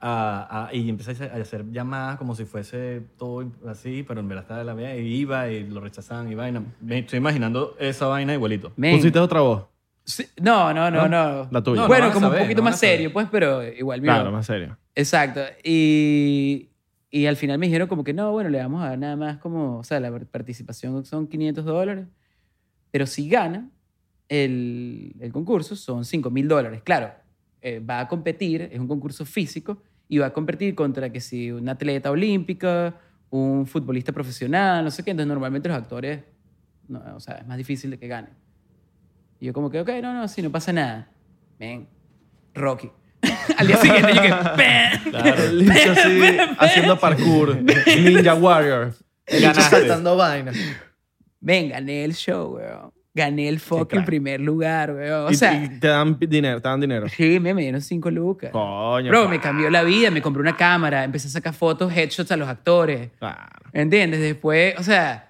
a, a- y empieza a hacer- a hacer llamadas como si fuese todo así pero en verdad estaba de la mierda y iba y lo rechazaban y vaina me estoy imaginando esa vaina igualito Men. Pusiste otra voz. Sí, No, no, no, no. La tuya. No, no bueno, van a como saber, un poquito no van a más serio, saber. pues, pero igual bien. Claro, más serio. Exacto. Y, y al final me dijeron como que no, bueno, le vamos a dar nada más como, o sea, la participación son 500 dólares, pero si gana el, el concurso son 5 mil dólares. Claro, eh, va a competir, es un concurso físico, y va a competir contra que si un atleta olímpica, un futbolista profesional, no sé qué, entonces normalmente los actores, no, o sea, es más difícil de que ganen. Y yo como que, ok, no, no, si no pasa nada. Ven, Rocky. Al día siguiente yo que... "Pe". El bicho así, haciendo parkour. Ninja Warrior. Ganaste. saltando vainas. Men, gané el show, weón. Gané el fucking crack. primer lugar, weón. O Y- sea, y te dan dinero, te dan dinero. sí, me me dieron cinco lucas. Coño. Bro, pa- me cambió la vida, me compré una cámara, empecé a sacar fotos, headshots a los actores. Claro. ¿Entiendes? Después, o sea,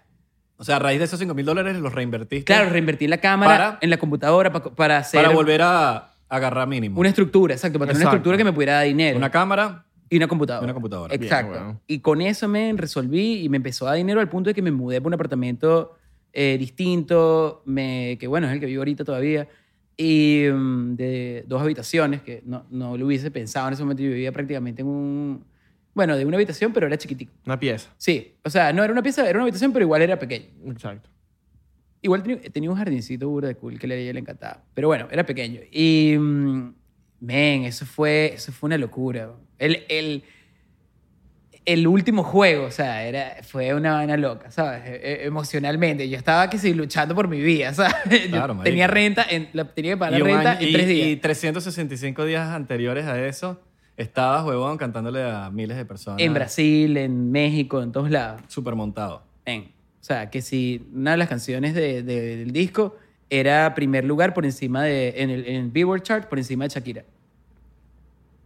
O sea, a raíz de esos 5 mil dólares los reinvertiste claro, reinvertí en la cámara, Para- en la computadora pa- para hacer para volver a agarrar mínimo. una estructura, exacto, para tener una Exacto. estructura que me pudiera dar dinero. Una cámara. y una computadora. y una computadora. Exacto. Bien, weón. Y con eso me resolví y me empezó a dar dinero al punto de que me mudé por un apartamento eh, distinto, me, que bueno, es el que vivo ahorita todavía, y mm, de dos habitaciones, que no, no lo hubiese pensado en ese momento, yo vivía prácticamente en un... Bueno, de una habitación, pero era chiquitico. Una pieza. Sí, o sea, no era una pieza, era una habitación, pero igual era pequeña. Exacto. Igual tenía, tenía un jardincito burda de cool que le- a ella le encantaba. Pero bueno, era pequeño. Y, mm, men, eso fue, eso fue una locura. El, el, el último juego, o sea, era, fue una vaina loca, ¿sabes? E- e- emocionalmente. Yo estaba que sí, luchando por mi vida, ¿sabes? Yo Claro, marico. tenía renta, en, la, tenía que pagar y la un renta año- en y- tres días. y 365 días anteriores a eso, estabas, huevón, cantándole a miles de personas. en Brasil, en México, en todos lados. Súper montado. Men, O sea, que si una de las canciones de- de- del disco era primer lugar por encima de, en el, en el Billboard chart, por encima de Shakira.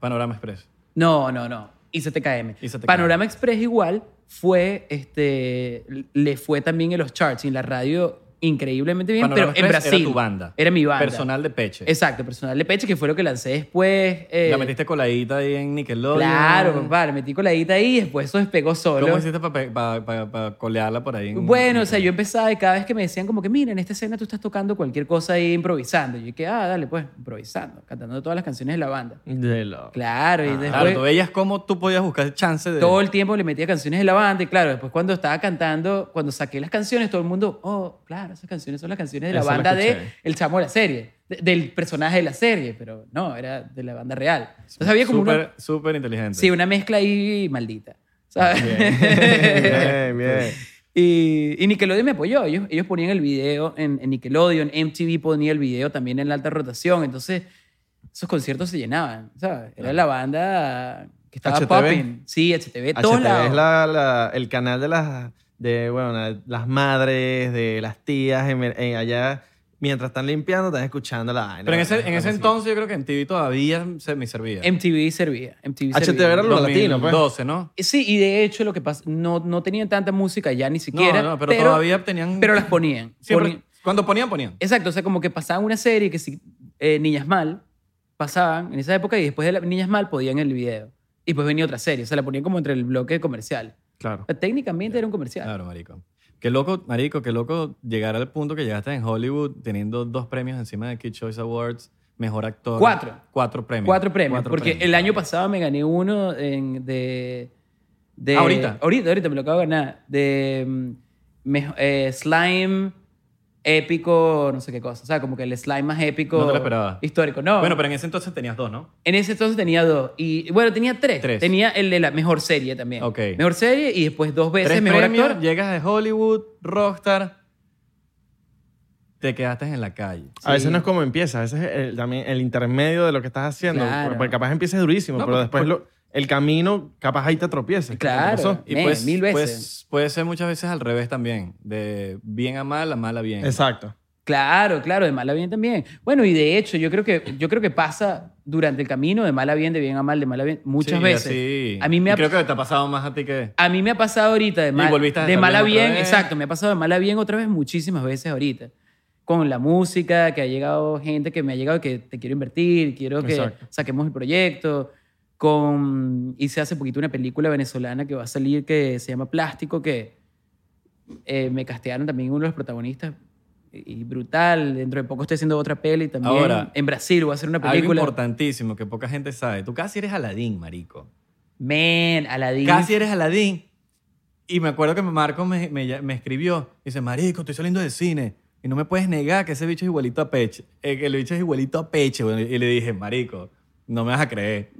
Panorama Express. No, no, no. IZTKM. IZTKM. Panorama Express igual fue, este, le fue también en los charts y en la radio increíblemente bien, Panorama pero en Express Brasil. Era tu banda. Era mi banda. Personal de peche. Exacto, personal de pecho, que fue lo que lancé después. eh, La metiste coladita ahí en Nickelodeon. Claro, papá, le metí coladita ahí y después eso despegó solo. ¿Cómo hiciste para colearla por ahí? en- Bueno, o sea, yo empezaba y cada vez que me decían como que, mira, en esta escena tú estás tocando cualquier cosa ahí improvisando. Yo dije, ah, dale, pues, improvisando, cantando todas las canciones de la banda. De lo. Claro, y después... Ah, Claro, tú veías cómo tú podías buscar chance de... todo el tiempo le metía canciones de la banda y claro, después cuando estaba cantando, cuando saqué las canciones, todo el mundo, oh, claro, esas canciones son las canciones de la Esa la banda de escuché. El Chamo de la serie, de- del personaje de la serie, pero no, era de la banda real. Entonces había como súper, una, súper inteligente. sí, una mezcla ahí maldita, ¿sabes? Bien, bien. y, y Nickelodeon me apoyó, ellos, ellos ponían el video en, en Nickelodeon, MTV ponía el video también en la alta rotación, entonces esos conciertos se llenaban, ¿sabes? Era la banda que estaba HTV. popping. Sí, HTV, todos HTV lados. es la- la- el canal de las de bueno, la- las madres, de las tías en- en allá mientras están limpiando están escuchando la vaina. Pero en ese, en Una ese cosa así. entonces yo creo que en TV todavía se me servía. MTV servía. MTV HTV servía. Eh, era lo latino, pues. 2012, ¿no? Sí, y de hecho lo que pasa, no, no tenían tanta música ya ni siquiera. no, no, pero, todavía tenían... Pero las ponían. Siempre- Ponían- Cuando ponían, ponían. Exacto, o sea, como que pasaban una serie que si eh, Niñas Mal pasaban en esa época y después de la- Niñas Mal podían el video. Y pues venía otra serie, o sea, la ponían como entre el bloque comercial. Claro. O sea, técnicamente era un comercial. Claro, marico. Qué loco, marico, qué loco llegar al punto que llegaste en Hollywood teniendo dos premios encima de Kid Choice Awards, mejor actor. Cuatro. Cuatro premios. Cuatro premios, Cuatro porque premios. el año pasado me gané uno en- de, de- Ah, ahorita. Ahorita, ahorita me lo acabo de ganar. De mm, mejo- eh, slime épico, no sé qué cosa. O sea, como que el slime más épico. No te lo esperaba. Histórico, no. Bueno, pero en ese entonces tenías dos, ¿no? En ese entonces tenía dos. Y bueno, tenía tres. Tres. Tenía el de la mejor serie también. Ok. Mejor serie y después dos veces Tres mejor premios, actor. llegas de Hollywood, Rockstar, te quedaste en la calle. A veces Sí. no es como empieza, a veces es el, también el intermedio de lo que estás haciendo. Claro. Porque capaz empiezas durísimo, No, pero porque- después lo- el camino, capaz ahí te tropiezas. Claro. ¿Qué pasó? Y Man, pues, mil veces. pues, puede ser muchas veces al revés también, de bien a mal, a mal a bien. Exacto. Claro, claro, de mal a bien también. Bueno, y de hecho, yo creo que, yo creo que pasa durante el camino de mal a bien, de bien a mal, de mal a bien, muchas Sí, veces. así. A mí me ha, Y Creo que te ha pasado más a ti que... a mí me ha pasado ahorita de mal, volviste a de mal a estar bien otra bien, vez. exacto, me ha pasado de mal a bien otra vez muchísimas veces ahorita. Con la música, que ha llegado gente que me ha llegado que te quiero invertir, quiero que Exacto. saquemos el proyecto. Con, hice hace poquito una película venezolana que va a salir que se llama Plástico, que eh, me castearon también uno de los protagonistas. Y y brutal, dentro de poco estoy haciendo otra peli también. Ahora, en Brasil voy a hacer una Algo película. importantísimo que poca gente sabe. Tú casi eres Aladín, marico. Men, Aladdin. Casi eres Aladín. Y me acuerdo que Marco me, me- me escribió. Dice, marico, estoy saliendo del cine. Y no me puedes negar que ese bicho es igualito a Peche. Eh, que el bicho es igualito a Peche. weón. Y le dije, marico, no me vas a creer.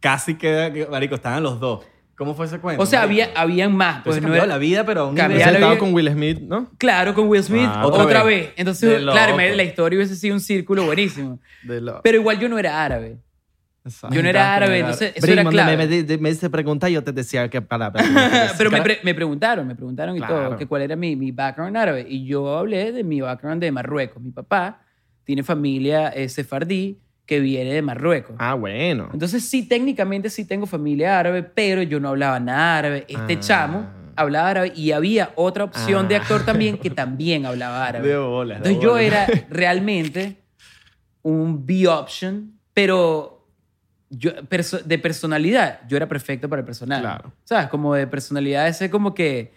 Casi queda... que- Marico, estaban los dos. ¿Cómo fue ese cuento? O sea, marico? habían había más. Pues Pues no cambió era- la vida, pero a un Cambió Hubiese Ya nivel- la estado vi- con Will Smith, ¿no? Claro, con Will Smith Ah, otra, otra vez. vez. Entonces, De claro, loco. la historia hubiese sido un círculo buenísimo. De lo- Pero igual yo no era árabe. Yo no era árabe, entonces eso era clave. Me, me, me hice preguntar, yo te decía qué palabra. Pero me, pre- me preguntaron, me preguntaron y todo, Ah, Claro. que cuál era mi, mi background árabe. Y yo hablé de mi background de Marruecos. Mi papá tiene familia eh, sefardí que viene de Marruecos. Ah, bueno. Entonces sí, técnicamente sí tengo familia árabe, pero yo no hablaba nada árabe. Este Ah. chamo hablaba árabe y había otra opción de Ah. actor también que también hablaba árabe. De bolas. de Entonces yo bolas. era realmente un B-option, pero yo, perso- de personalidad, yo era perfecto para el personaje. Claro. ¿Sabes? Como de personalidad ese como que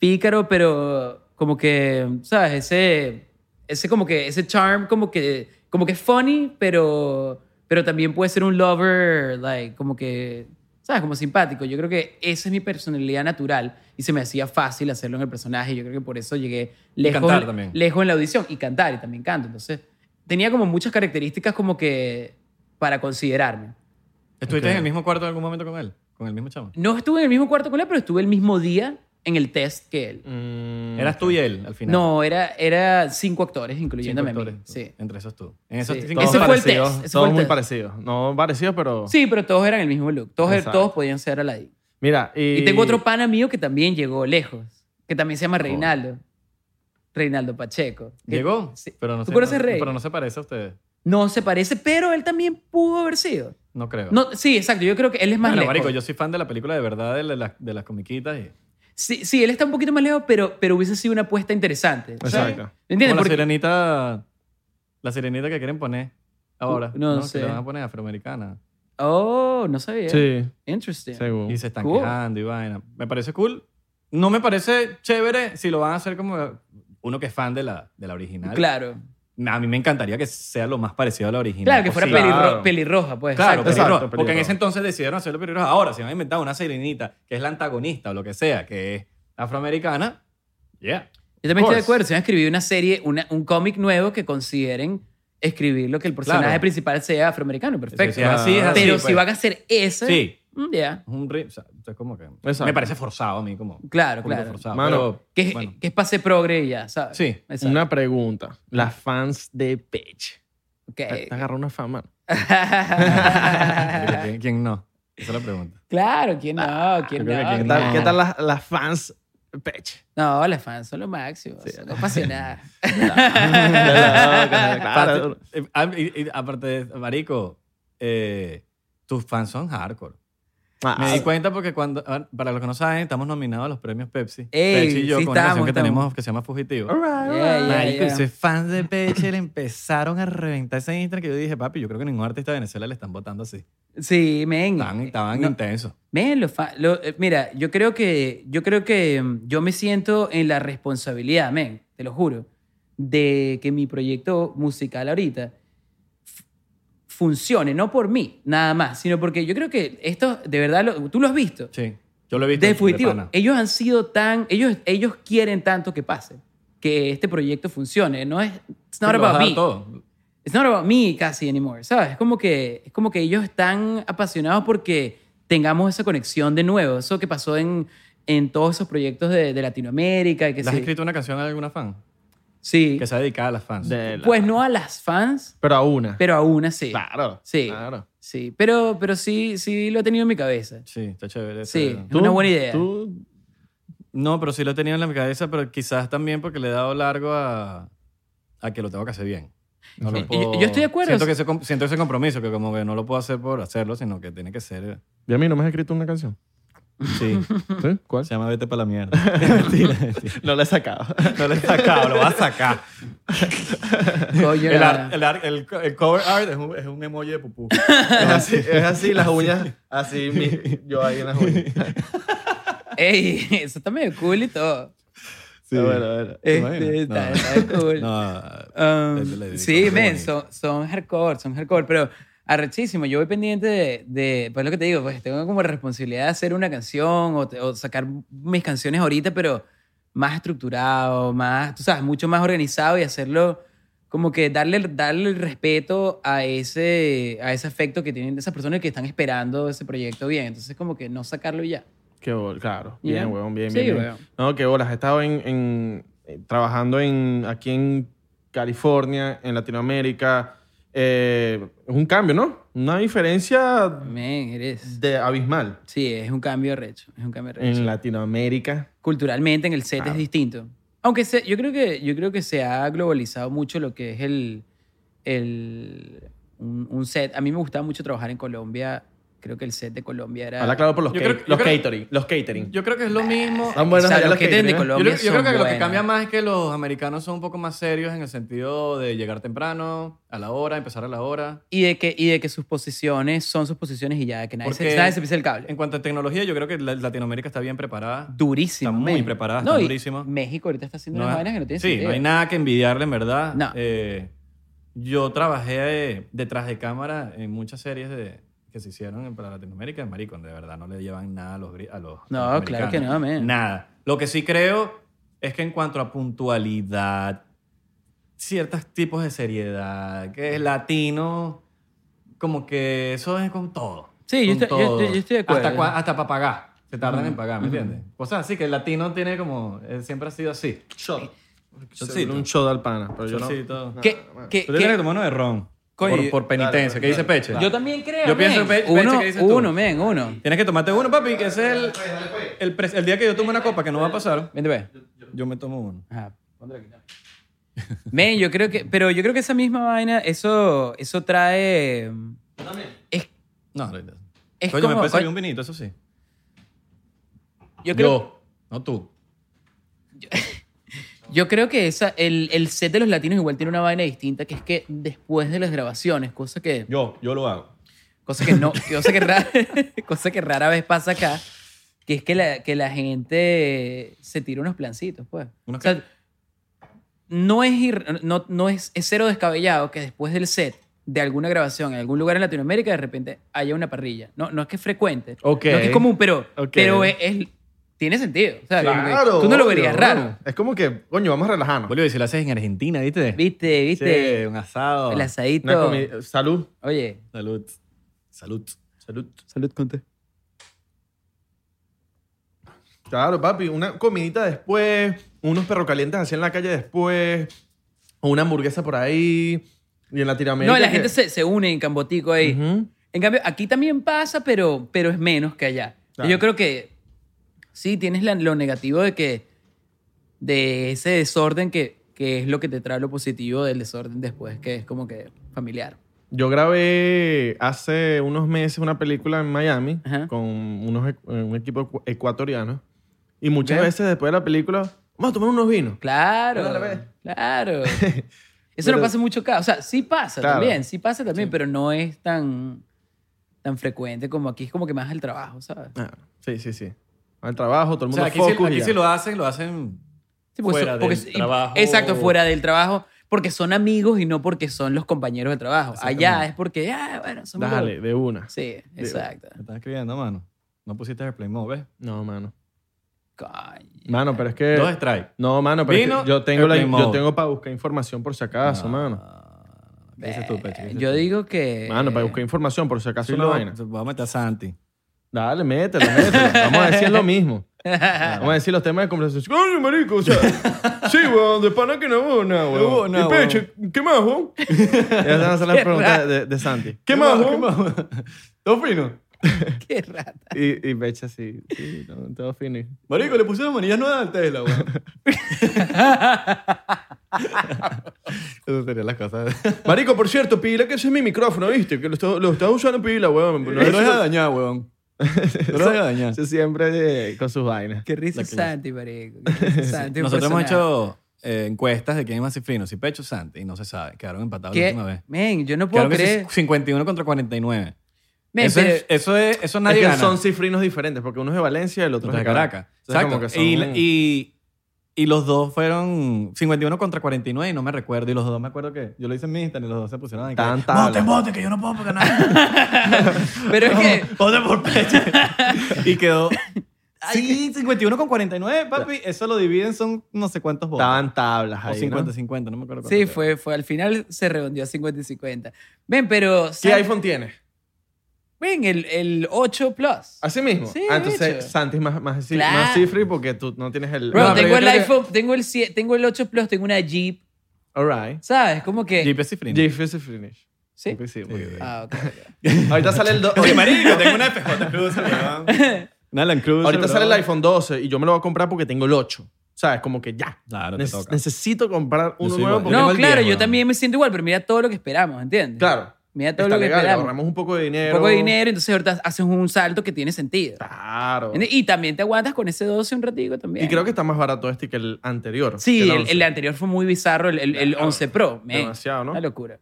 pícaro, pero como que, ¿sabes? Ese, ese como que, ese charm como que, como que es funny, pero, pero también puede ser un lover, like, como que, ¿sabes? Como simpático. Yo creo que esa es mi personalidad natural y se me hacía fácil hacerlo en el personaje. Yo creo que por eso llegué lejos, cantar también. lejos en la audición y cantar, y también canto. Entonces, tenía como muchas características como que para considerarme. ¿Estuviste Ok. en el mismo cuarto en algún momento con él? ¿Con el mismo chamo? No estuve en el mismo cuarto con él, pero estuve el mismo día en el test que él. Mm, ¿Eras tú y él al final? No, era, era cinco actores, Cinco incluyéndome a mí. actores. Sí. Entre esos tú. En esos Sí. cinco Todos Ese fue el parecidos, test, ese todos fue el muy test. parecidos. No parecidos, pero... sí, pero todos eran el mismo look. Todos, er, Exacto. todos podían ser Aladdin. Mira, y... Y tengo otro pana mío que también llegó lejos, que también se llama Reinaldo. Reinaldo Pacheco. Que Llegó, Sí. pero no eh, ¿Tú se- conoces no- Rey? Pero no se parece a ustedes. No se parece, pero él también pudo haber sido. No creo. No, sí, exacto. Yo creo que él es más Bueno, lejos. marico, yo soy fan de la película de verdad, de, las- de las comiquitas. Y, Sí, sí, él está un poquito más lejos, pero, pero hubiese sido una apuesta interesante. O sea, Exacto. ¿Me entiendes? como la Porque- sirenita... La sirenita que quieren poner ahora. Uh, no que sé. la van a poner afroamericana. Oh, no sabía. Sí, Interesting. según. Y se están Cool. quejando y vaina. Me parece cool. No me parece chévere si lo van a hacer como uno que es fan de la, de la original. Claro. A mí me encantaría que sea lo más parecido a la original. Claro, que fuera posible. pelirro- Claro. pelirroja, pues. Claro, exacto. pelirroja, Exacto, Porque en pelirroja. ese entonces decidieron hacerlo pelirroja. Ahora, si van a inventar una sirenita que es la antagonista o lo que sea, que es afroamericana, yeah. Yo también estoy de course. acuerdo. Si van a escribir una serie, una- un cómic nuevo que consideren escribir lo que el personaje Claro. principal sea afroamericano, perfecto. Si es así, es así. Pero si pues. van a hacer ese, Sí. mm, ya. Es un ri- o sea, es como que... Exacto. Me parece forzado a mí, como... Claro, un poquito claro. forzado, Mano, pero, Que, es- bueno. que es pase progre y ya, ¿sabes? Sí. Exacto. Una pregunta. Las fans de Pech. Ok. Te, te agarró una fama. ¿Quién- ¿Quién no? Esa es la pregunta. claro, ¿quién no? ¿Quién yo Ah, creo que no? ¿Qué quien- tal, Claro. qué tal las, las fans Pech? No, las fans son lo máximo. Son apasionadas. Claro. Aparte, eh, ah, y- y aparte de- Marico, eh, tus fans son hardcore. Me Ah. di cuenta porque cuando, ah, para los que no saben, estamos nominados a los premios Pepsi. Ey, Pepsi y yo sí con una canción estamos, que estamos. tenemos que se llama Fugitivo. Yeah, yeah, Marico, yeah. y soy fan de Pepsi, le empezaron a reventar ese Instagram que yo dije, papi, yo creo que ningún artista de Venezuela le están votando así. Sí, men. Estaban, estaban Eh, No, intensos. men, los fa- lo- eh, mira, yo creo que yo creo que mm, yo me siento en la responsabilidad, men, te lo juro, de que mi proyecto musical ahorita f- funcione, no por mí, nada más, sino porque yo creo que esto, de verdad, lo- tú lo has visto. Sí, yo lo he visto. de fugitivo. pana. ellos han sido tan, ellos, ellos quieren tanto que pase, que este proyecto funcione. No es, it's not Lo vas a about dar me. todo. It's not about me casi anymore, ¿sabes? Es como que, es como que ellos están apasionados porque tengamos esa conexión de nuevo. Eso que pasó en, en todos esos proyectos de, de Latinoamérica. y Que ¿Le has Eh, sí. escrito una canción a alguna fan? Sí. Que sea dedicada a las fans. De la- Pues no a las fans, Pero a una. pero a una sí. Claro. Sí. Claro. Sí, pero, pero sí, sí lo he tenido en mi cabeza. Sí, está chévere. ese- Sí. Es una buena idea. Tú, No, pero sí lo he tenido en la cabeza, pero quizás también porque le he dado largo a, a que lo tengo que hacer bien. No lo Sí. Yo- yo estoy de acuerdo. Siento, que ese, com- siento ese compromiso, que como que no lo puedo hacer por hacerlo, sino que tiene que ser... ¿Y a mí no me has escrito una canción? Sí, Mm. ¿Sí? ¿Cuál? se llama Vete para la mierda. Mentira, mentira. No la he sacado. No lo he sacado, lo vas a sacar. Coño, El, nada. ar- el ar- el co- el cover art es un, es un emoji de pupú. Es así, es así las uñas. Así, mi- yo ahí en las uñas. Ey, eso está medio cool y todo. Sí. Ah, bueno, bueno. ¿Te Este, está, imaginas? está cool. No, Um, Eso le dedico, sí, qué men, bonito. son, son hardcore, son hardcore, pero arrechísimo. Yo voy pendiente de, de- pues lo que te digo, pues tengo como responsabilidad de hacer una canción o, te- o sacar mis canciones ahorita, pero más estructurado, más, tú sabes, mucho más organizado y hacerlo como que darle, darle el respeto a ese, a ese afecto que tienen esas personas que están esperando ese proyecto bien. Entonces, como que no sacarlo y ya. Qué bol, claro. Yeah. Bien, huevón, bien, Sí, bien. bien. huevón. No, qué bolas. He estado en, en- eh, trabajando en, aquí en California, en Latinoamérica. Eh, es un cambio, ¿no? Una diferencia Man, eres... de abismal. Sí, es un cambio recho. Es un cambio recho. En Latinoamérica. Culturalmente en el set es Claro. distinto. Aunque se- yo, creo que, yo creo que se ha globalizado mucho lo que es el... el un, un set. A mí me gustaba mucho trabajar en Colombia. Creo que el set de Colombia era... Habla claro por los, Yo ca- creo- yo los creo- catering. Los catering. Yo creo que es lo mismo. Están buenos O sea, allá los los que tienen de catering, ¿eh? Colombia Yo, creo- yo creo son que lo que buenos. cambia más es que los americanos son un poco más serios en el sentido de llegar temprano, a la hora, empezar a la hora. Y de, que, y de que sus posiciones son sus posiciones y ya, que nadie, se, Porque- nadie se pisa el cable. En cuanto a tecnología, yo creo que la- Latinoamérica está bien preparada. durísimo. Está muy men. preparada, No, está y durísima. México ahorita está haciendo No unas hay- vainas que no tienen sí, sentido. no hay nada que envidiarle, en verdad. No. Eh, yo trabajé eh, detrás de cámara en muchas series de, que se hicieron en- para Latinoamérica. Marico, de verdad, no le llevan nada a los, gri- a los a No, los claro americanos. que no, man. Nada. Lo que sí creo es que en cuanto a puntualidad, ciertos tipos de seriedad, que es latino, como que eso es con todo. Sí, yo Con estoy- yo estoy- yo estoy de acuerdo. Hasta, cua- hasta para pagar. Se tardan en pagar, ¿me ujú. entiendes? O sea, sí, que el latino tiene como... eh, siempre ha sido así. Shot. Shotcito. Un shot al pana. Pero yo no. Shotcito. no, ¿Qué- bueno. qué- Tú qué- tienes que tomar uno de ron. Coño, por, yo- por penitencia. Claro, ¿Qué dice claro, Peche? Yo también creo. Yo pienso, men. Pe- Peche, uno, ¿qué dices tú? uno, men, uno. Tienes que tomarte uno, papi, que es el... El, pres- el día que yo tome una copa, que no va a pasar, Vente, pues. ve. yo me tomo uno. Ajá. Men, yo creo que, pero yo creo que esa misma vaina, eso, eso trae, es, No, no, no. es Coño, me como, puede servir coño, un vinito, eso sí. yo creo, no tú. Yo creo que esa, el, el set de los latinos igual tiene una vaina distinta, que es que después de las grabaciones, cosa que, Yo, yo lo hago. cosa que no, cosa que rara, cosa que rara vez pasa acá, que es que la, que la gente se tira unos plancitos, pues. ¿Unos O sea, no es, ir- no, no es, es cero descabellado que después del set de alguna grabación en algún lugar en Latinoamérica de repente haya una parrilla. No, no es que es frecuente, Ok. no es que es común, pero, Ok. pero es, es- tiene sentido. O sea, como que Claro, tú no lo obvio, verías obvio. raro. Es como que, coño, vamos a relajarnos. Boludo, y si lo haces en Argentina, ¿viste? Viste, viste. Sí, un asado. El asadito. Una comi- Salud. Oye. Salud. Salud. Salud. Salud, Conte. Claro, papi. Una comidita después, unos perros calientes así en la calle después, o una hamburguesa por ahí. Y en Latinoamérica. No, la que- gente se, se une en Cambotico ahí. Ujú. En cambio, aquí también pasa, pero, pero es menos que allá. Claro. Yo creo que sí, tienes la- lo negativo de que de ese desorden que, que es lo que te trae lo positivo del desorden después, que es como que familiar. Yo grabé hace unos meses una película en Miami Ajá. con unos, e- un equipo ecu- ecuatoriano. Y muchas Ok. veces después de la película, vamos a tomar unos vinos. Claro, Bueno, la ve. claro. Eso Pero- no pasa mucho acá. O sea, sí pasa Claro. también, sí pasa también, pero no es tan, tan frecuente como aquí. Es como que más el trabajo, ¿sabes? Ah, sí, sí, sí. Al trabajo, todo el O mundo sea, aquí, sí, focus y aquí ya. sí lo hacen, lo hacen... Sí, porque Fuera son- porque del son- y- trabajo. Exacto, fuera del trabajo. Porque son amigos y no porque son los compañeros de trabajo. Allá es porque, ah, bueno, somos. Dale, de una. Sí, exacto. Me están escribiendo, mano. No pusiste Airplane Mode, ¿ves? No, mano. Coño. Mano, pero es que... Dos strikes. No, mano, pero es que Vino, Ah. yo tengo, la, airplane yo mode. tengo para buscar información por si acaso, mano. Ah, ¿Qué dices tú, Peche? ¿Qué dices Yo tú? digo que. Mano, para buscar información por si acaso Sí, una lo- vaina. Voy a meter a Santi. Dale, mételo, mételo. Vamos a decir lo mismo. Vamos a decir los temas de conversación. ¡Ay, marico! O sea, sí, weón, de pana que no hubo nada, weón. No hubo nada, y Peche, ¿qué más, weón? Esas van a ser las Qué preguntas raro. de, de Santi. ¿Qué, ¿Qué más, más? weón? ¿Todo fino? Qué rata. Y, y Peche así, sí, no, todo fino. y- Marico, le pusieron manillas nuevas al Tesla, weón. Esas serían las cosas. Marico, por cierto, pila que ese es mi micrófono, ¿viste? Que lo estás lo estás usando, pila, weón. No, No lo dejas dañar, weón. No lo dejes dañar. Eso siempre eh, con sus vainas. Qué risa La que- Santi, marico. Qué risa Santi, un Nosotros hemos personaje. hecho eh, encuestas de quién es más fino, si Pecho o Santi, y no se sabe. Quedaron empatados la ¿Qué? última vez. Men, yo no puedo Quedaron que creer. sí, 51 contra 49. Men, eso, pero- es, eso, es, eso nadie es que gana. son cifrinos diferentes, porque uno es de Valencia y el otro Otro es de Caracas. Entonces, Exacto. como que y, son- y, y los dos fueron 51 contra 49 y no me recuerdo. Y los dos me acuerdo que yo lo hice en mi Instagram y los dos se pusieron ahí. que, Tan tabla. Voten, voten, que yo no puedo ganar. pero es que. Voten por Peche. y quedó ahí 51 con 49, papi. Eso lo dividen, son no sé cuántos votos. Estaban tablas o ahí, 50, ¿no? 50, no me acuerdo. Sí, cuánto quedó. fue, fue. Al final se redondeó a 50 y 50. Ven, pero. ¿Qué Santi- iPhone tienes? Ven, el, el 8 Plus. ¿Así mismo? Sí, Ah, entonces, bicho. Santi es más, más, ci- Claro. más cifri porque tú no tienes el... Bro, No, pero tengo yo el creo que- iPhone, tengo, el, sie- tengo el 8 Plus, tengo una Jeep, All right. ¿sabes? Como que... Jeep es cifrino. Jeff is a finish. ¿Sí? Pues sí, porque- Ah, ok. Ahorita sale el... do- Oye, marico, tengo una FJ Cruz, weón. Una Land Cruiser, Ahorita bro. sale el iPhone 12 y yo me lo voy a comprar porque tengo el 8. ¿Sabes? Como que ya. Claro, te Nece- toca. Necesito comprar Yo uno soy nuevo igual. porque No, tengo el claro, 10, yo weón. también me siento igual, pero mira todo lo que esperamos, ¿entiendes? Claro. Mira todo Está lo que legal, esperamos. ahorramos un poco de Un dinero. poco de dinero, entonces ahorita haces un salto que tiene sentido. Claro. ¿Entiendes? Y también te aguantas con ese 12 un ratito también. Y creo que está más barato este que el anterior. Sí, que el, el el 11. anterior fue muy bizarro, el, el- el Claro. 11 Pro. man. Demasiado, ¿no? Una locura.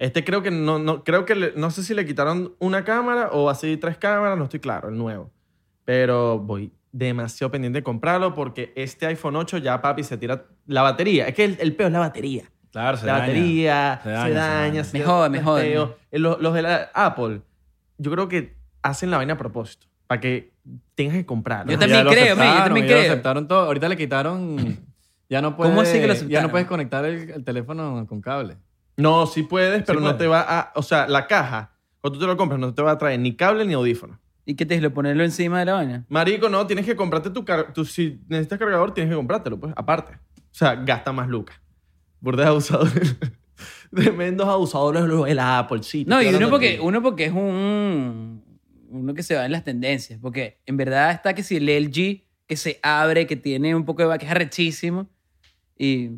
Este creo que no, no creo que le- no sé si le quitaron una cámara o así tres cámaras, no estoy claro, el nuevo. Pero voy demasiado pendiente de comprarlo porque este iPhone 8 ya papi se tira la batería. Es que el, el peo es la batería. Claro, se la daña. batería se Se daña, se, daña, se daña. daña. Me jode, me jode. peo. Eh, Los, los de la Apple, yo creo que hacen la vaina a propósito para que tengas que comprarlo. Yo Ah, Ya también lo creo, man, yo aceptaron, también ya lo creo. aceptaron todo. Ahorita le quitaron... Ya no puedes, ¿Cómo así que lo ya aceptaron? no puedes conectar el, el teléfono con cable. No, sí puedes, pero no puedes. te va a, o sea, la caja cuando tú te lo compras no te va a traer ni cable ni audífono. ¿Y qué te lo ponerlo encima de la vaina? Marico, no, tienes que comprarte tu, car- tu- Si necesitas cargador, tienes que comprártelo, pues, aparte. O sea, gasta más lucas. Burda de abusadores. Tremendos abusadores los de la Apple, sí. te No, estoy y uno hablando porque, de ti. uno porque es un. Uno que se va en las tendencias. Porque en verdad está que si el LG que se abre, que tiene un poco de. va- que es arrechísimo. Y.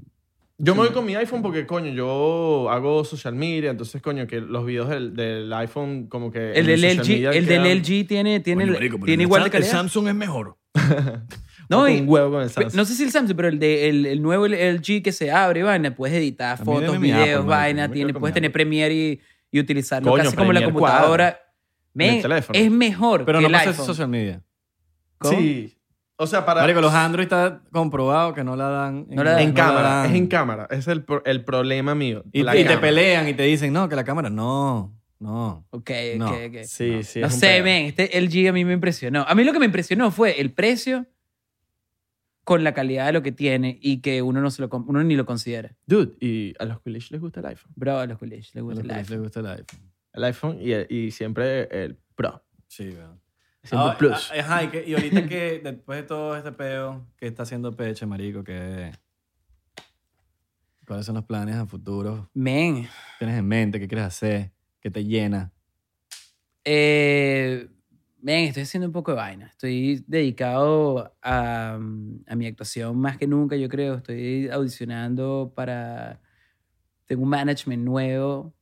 Yo me voy con mi iPhone porque, coño, yo hago social media, entonces, coño, que los videos del, del iPhone, como que. El Eh, en del social LG, media el quedan- del LG tiene, tiene, Coño, marico, pero tiene el igual Sam- de calidad. El Samsung es mejor. no, y- un huevo con el Pe- Samsung. No sé si el Samsung, pero el, de, el, el nuevo LG que se abre, vaina, puedes editar A mí fotos, dame mi Apple, videos, marico, yo vaina, me tiene, quedo con puedes mi tener Premiere y, y utilizarlo Coño, casi como la Premiere computadora. en el Men, teléfono. es mejor Pero que no el pasa iPhone. eso en social media. ¿Cómo? Sí. O sea, para. Marico, los Android está comprobado que no la dan. No la dan. en cámara, dan. es en cámara. Es el, pro- el problema mío. Y, la y te cámara. pelean y te dicen, no, que la cámara no, no. Ok, No, ok, ok. Sí, sí. no es un sé, peo. men, este LG a mí me impresionó. A mí lo que me impresionó fue el precio con la calidad de lo que tiene y que uno, no se lo, com- uno ni lo considera. Dude, y a los colegios les gusta el iPhone. Bro, a los colegios les A gusta los el que iPhone. les gusta el iPhone. El iPhone y, y siempre el Pro. Sí, weón. Siempre Ah, Plus. ah, Ajá, y, que- y ahorita que después de todo este peo que está haciendo Peche, marico, que... ¿Cuáles son los planes a futuro? Men, ¿Tienes en mente? ¿Qué quieres hacer? ¿Qué te llena? Eh, ven, estoy haciendo un poco de vaina. Estoy dedicado a, mm, a mi actuación más que nunca, yo creo. Estoy audicionando para... Tengo un management nuevo,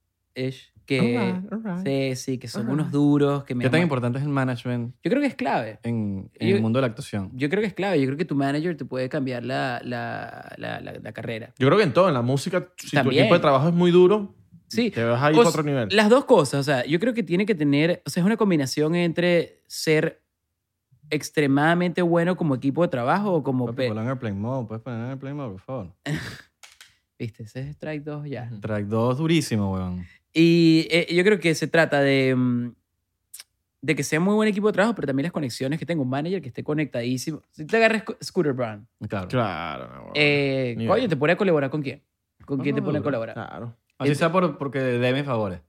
eh, ish, que... Alright, alright. Sí, sí, que son Alright. unos duros, que me... ¿Qué tan aman. importante es el management Yo creo que es clave. en, en Yo- el mundo de la actuación? Yo creo que es clave. Yo creo que tu manager te puede cambiar la, la, la, la- la carrera. Yo creo que en todo, en la música, si tu También. equipo de trabajo es muy duro, Sí. te vas a ir O a sea, otro nivel. Las dos cosas, o sea, yo creo que tiene que tener, o sea, es una combinación entre ser extremadamente bueno como equipo de trabajo o como... Papi, pe- ponlo en Airplane Mode. ¿Puedes poner en Airplane Mode, por favor? Viste, ese es Strike 2 ya. Ujú. Track 2 durísimo, weón. Y eh, yo creo que se trata de, mm, de que sea muy buen equipo de trabajo, pero también las conexiones que tenga un manager que esté conectadísimo. Si te agarras Sco- Scooter Brown, Claro. Claro. no, eh, Ni coño, idea. te pone a colaborar con quién. ¿Con No, quién no, te pone a no, Ah, colaborar? Claro. Así Ent- sea por, porque de mis favores.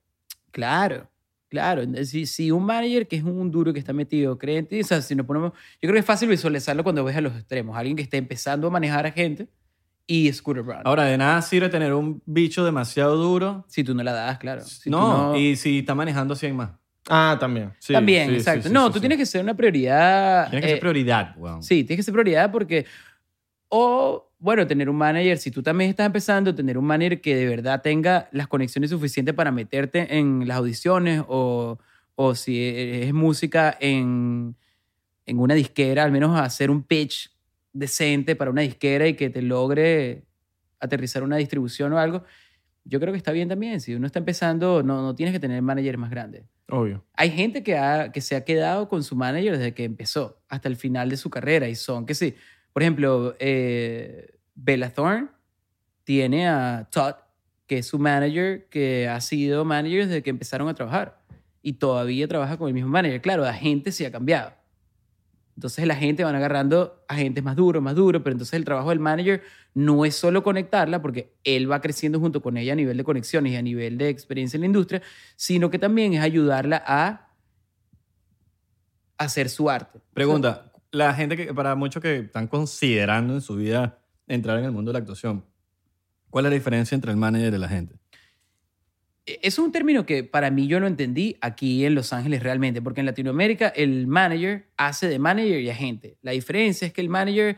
Claro, claro. Si, si un manager que es un duro que está metido, cree en ti, o sea, si nos ponemos, yo creo que es fácil visualizarlo cuando ves a los extremos, alguien que esté empezando a manejar a gente y Scooter Brown. Ahora, de nada sirve tener un bicho demasiado duro. si tú no la das, claro. Si tú no, y si está manejando 100 más. Ah, también. Sí, También, sí, sí, exacto. sí, no, sí, tú sí. tienes que ser una prioridad. Tiene que eh, ser prioridad, weón. Sí, tienes que ser prioridad porque, o, bueno, tener un manager, si tú también estás empezando, tener un manager que de verdad tenga las conexiones suficientes para meterte en las audiciones o, o si e, es música en, en una disquera, al menos hacer un pitch decente para una disquera y que te logre aterrizar una distribución o algo. Yo creo que está bien también. Si uno está empezando, no, no tienes que tener managers más grandes. Obvio. Hay gente que, ha- que se ha quedado con su manager desde que empezó hasta el final de su carrera y son que sí. Por ejemplo, eh, Bella Thorne tiene a Todd, que es su manager, que ha sido manager desde que empezaron a trabajar y todavía trabaja con el mismo manager. Claro, la gente sí ha cambiado. Entonces la gente van agarrando agentes más duros, más duros, pero entonces el trabajo del manager no es solo conectarla, porque él va creciendo junto con ella a nivel de conexiones y a nivel de experiencia en la industria, sino que también es ayudarla a hacer su arte. Pregunta, la gente que, para muchos que están considerando en su vida entrar en el mundo de la actuación, ¿cuál es la diferencia entre el manager y la gente? e- Eso es un término que para mí yo no entendí aquí en Los Ángeles realmente, porque en Latinoamérica el manager hace de manager y agente. La diferencia es que el manager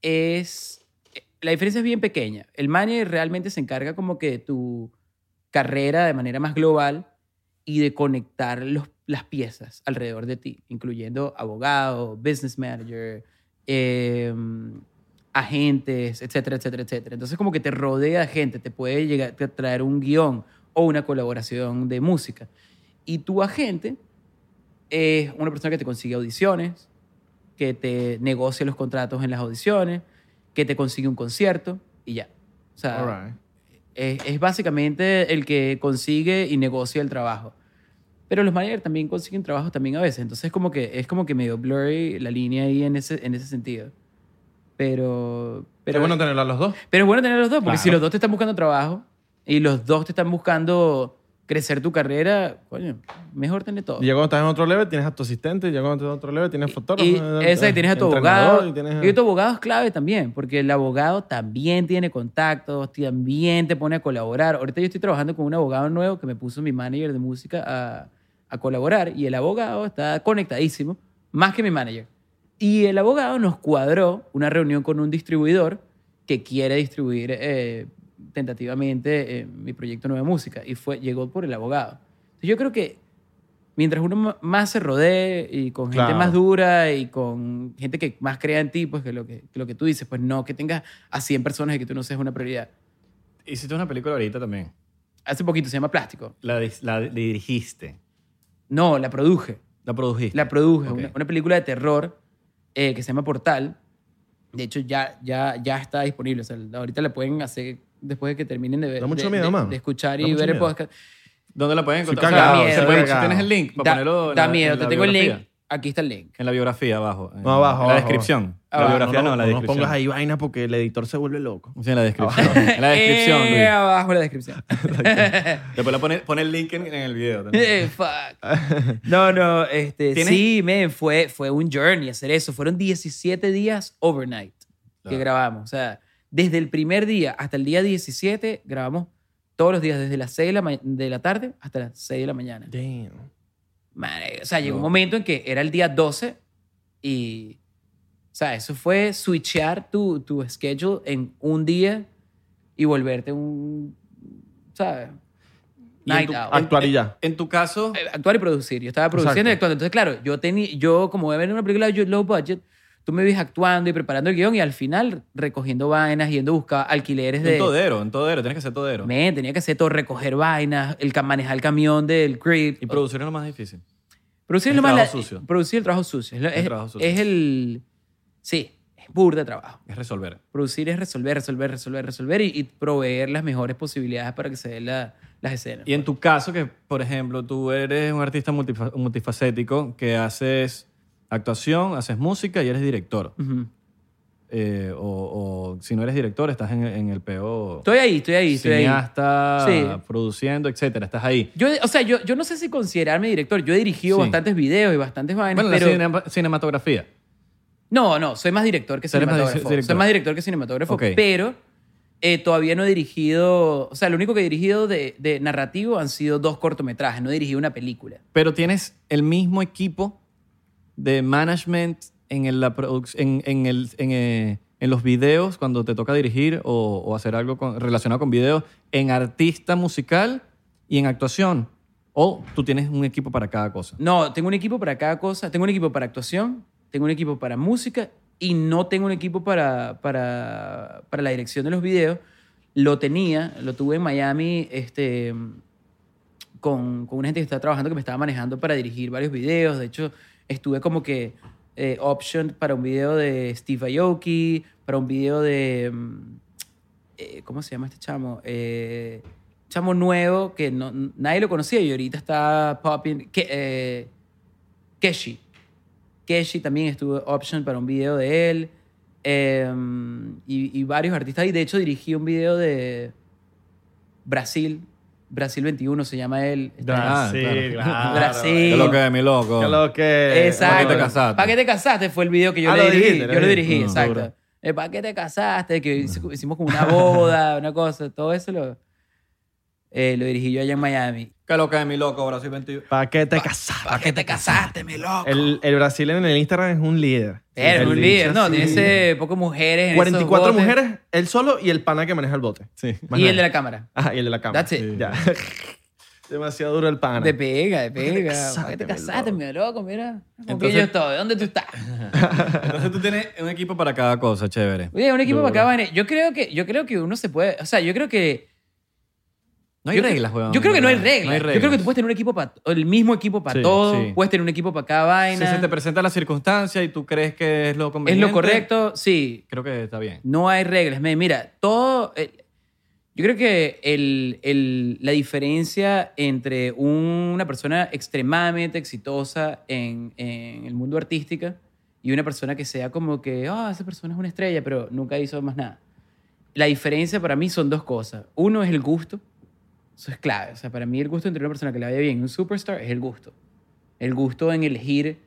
es... eh, La diferencia es bien pequeña. El manager realmente se encarga como que de tu carrera de manera más global y de conectar los- las piezas alrededor de ti, incluyendo abogado, business manager, em, agentes, etcétera, etcétera, etcétera. Entonces como que te rodea de gente, te puede llegar te traer un guión o una colaboración de música. Y tu agente es una persona que te consigue audiciones, que te negocia los contratos en las audiciones, que te consigue un concierto y ya. O sea, All right. es, es básicamente el que consigue y negocia el trabajo. Pero los managers también consiguen trabajos también a veces. Entonces como que, es como que medio blurry la línea ahí en ese, en ese sentido. Pero... Pero Pero, bueno tenerlo a los dos. pero es bueno tener los dos, porque Claro. si los dos te están buscando trabajo y los dos te están buscando crecer tu carrera, coño, mejor tener todo. Y ya cuando estás en otro level tienes a tu asistente, y ya cuando estás en otro level tienes fotógrafo. Oh. Y, eh, esa, y tienes a tu entrenador, abogado. Y Y, tienes a- tu abogado es clave también, porque el abogado también tiene contactos, también te pone a colaborar. Ahorita yo estoy trabajando con un abogado nuevo que me puso mi manager de música a, a colaborar y el abogado está conectadísimo, más que mi manager. Y el abogado nos cuadró una reunión con un distribuidor que quiere distribuir eh, tentativamente eh, mi proyecto Nueva Música y fue, llegó por el abogado. Entonces, yo creo que mientras uno ma- más se rodee y con gente Claro. más dura y con gente que más crea en ti, pues que lo que, que lo que tú dices, pues no que tengas a 100 personas y que tú no seas una prioridad. Hiciste una película ahorita también. Hace poquito se llama Plástico. La, dis- la dirigiste. No, la produje. La produjiste. La produje. Ok. Una, una película de terror eh, que se llama Portal. De hecho, ya, ya, ya está disponible. O sea, ahorita la pueden hacer después de que terminen de ver. Da mucho de- miedo, de- man. de escuchar Da y mucho ver el miedo. podcast. ¿Dónde la pueden Estoy encontrar? cagado, O sea, estoy pues, cagado. si tienes el link para Da, ponerlo. en da la- miedo. en Te la tengo el biografía. link. Aquí está el link. En la biografía abajo. En, No, abajo, En la abajo, descripción. Abajo. La biografía no, no, en la no descripción. pongas ahí vaina porque el editor se vuelve loco. Sí, en la descripción. En la descripción, Eh, Luis. abajo en la descripción. Después la pone, pone el link en, en el video. también. Eh, fuck. No, no, este, ¿Tienes- sí, man, fue, fue un journey hacer eso. Fueron 17 días overnight que Claro. grabamos. O sea, desde el primer día hasta el día 17 grabamos todos los días, desde las 6 de la, ma- de la tarde hasta las 6 de la mañana. Damn. Madre, o sea, llegó un No. momento en que era el día 12 y, o sea, eso fue switchear tu, tu schedule en un día y volverte un, ¿sabes? Y en Night tu- out. Actuar y ya. En tu caso, Eh, actuar y producir. Yo estaba produciendo y Exacto. actuando. Entonces, claro, yo tenía, yo como voy a ver una película de low budget, tú me ves actuando y preparando el guión y al final recogiendo vainas, yendo a buscar alquileres en de... todero, en todero. Tienes que ser todero. Men, tenía que hacer todo, recoger vainas, el ca- manejar el camión del grip. Y producir es lo más difícil. producir el lo más trabajo la- sucio. Producir el trabajo sucio. Es, lo- El es- trabajo sucio. es el... Sí, es burda de trabajo. Es resolver. Producir es resolver, resolver, resolver, resolver y, y proveer las mejores posibilidades para que se den la- las escenas. Y en tu caso, que por ejemplo, tú eres un artista multifa- multifacético que haces actuación, haces música y eres director. Ujú. Eh, o, o si no eres director, estás en, en el peo Estoy ahí, estoy ahí, estoy ahí. cineasta, Sí. produciendo, etcétera. Estás ahí. Yo, o sea, yo, yo no sé si considerarme director. Yo he dirigido Sí. bastantes videos y bastantes vainas, Bueno, pero... la cinema- cinematografía. No, no, soy más director que Tú eres más cinematógrafo. di- director. Soy más director que cinematógrafo, Ok. pero eh, todavía no he dirigido... O sea, lo único que he dirigido de, de narrativo han sido dos cortometrajes. No he dirigido una película. Pero tienes el mismo equipo de management en, el- la produc- en, en el- en, eh, en los videos cuando te toca dirigir o, o hacer algo con- relacionado con videos, en artista musical y en actuación. O tú tienes un equipo para cada cosa. No, tengo un equipo para cada cosa. Tengo un equipo para actuación, tengo un equipo para música y no tengo un equipo para, para, para la dirección de los videos. Lo tenía, lo tuve en Miami este, con, con una gente que estaba trabajando que me estaba manejando para dirigir varios videos. De hecho, estuve como que eh, option para un video de Steve Aoki, para un video de... mm, eh, ¿cómo se llama este chamo? Eh, chamo nuevo que no, nadie lo conocía y ahorita está popping. Ke- eh, Keshi. Keshi también estuvo option para un video de él. eh, y, y varios artistas. Y de hecho dirigí un video de Brasil. Brasil 21 se llama él. Ah, Brasil, claro. claro. Brasil. Que lo que, mi loco. Que lo que. Exacto. ¿Para qué te casaste? ¿Para qué te casaste? Fue el video que yo Ah, le lo dirigí. dijiste, lo yo lo dijiste. Mm. dirigí, Mm, exacto. duro. Eh, ¿Para qué te casaste? Que hic- hicimos como una boda, una cosa, todo eso lo... Eh, lo dirigí yo allá en Miami. Que lo que es mi loco, ahora soy 21. ¿Para qué te casaste? ¿Para qué te casaste, mi loco? El, el Brasil en el Instagram es un líder. Era El un bicho líder, no, así. tiene ese poco mujeres. en esos 44 botes. mujeres, él solo y el pana que maneja el bote. Sí. Más Y nadie. el de la cámara. Ah, y el de la cámara. That's it. Ya. Demasiado duro el pana. De pega, de qué te pega. ¿Para qué casaste, te mi casaste, mi loco? Mira. ¿Con quién Entonces- yo estoy? ¿Dónde tú estás? Entonces tú tienes un equipo para cada cosa, chévere. Oye, un equipo Duro. para cada vaina. Yo creo que, yo creo que uno se puede. O sea, yo creo que. No hay yo creo- reglas, weón. Yo creo que no hay ¿verdad? reglas. No hay reglas. Yo creo que tú puedes tener un equipo para el mismo equipo para Sí, todo. sí. Puedes tener un equipo para cada Si vaina. se te presenta la circunstancia y tú crees que es lo es conveniente. lo correcto, sí. Creo que está bien. No hay reglas. Men, Mira, todo. el- yo creo que el- el- la diferencia entre un- una persona extremadamente exitosa en, en el mundo artística y una persona que sea como que, ah, esa persona es una estrella, pero nunca hizo más nada. La diferencia para mí son dos cosas. Uno es el gusto. Eso es clave. O sea, para mí el gusto entre una persona que le vaya bien y un superstar es el gusto. El gusto en elegir.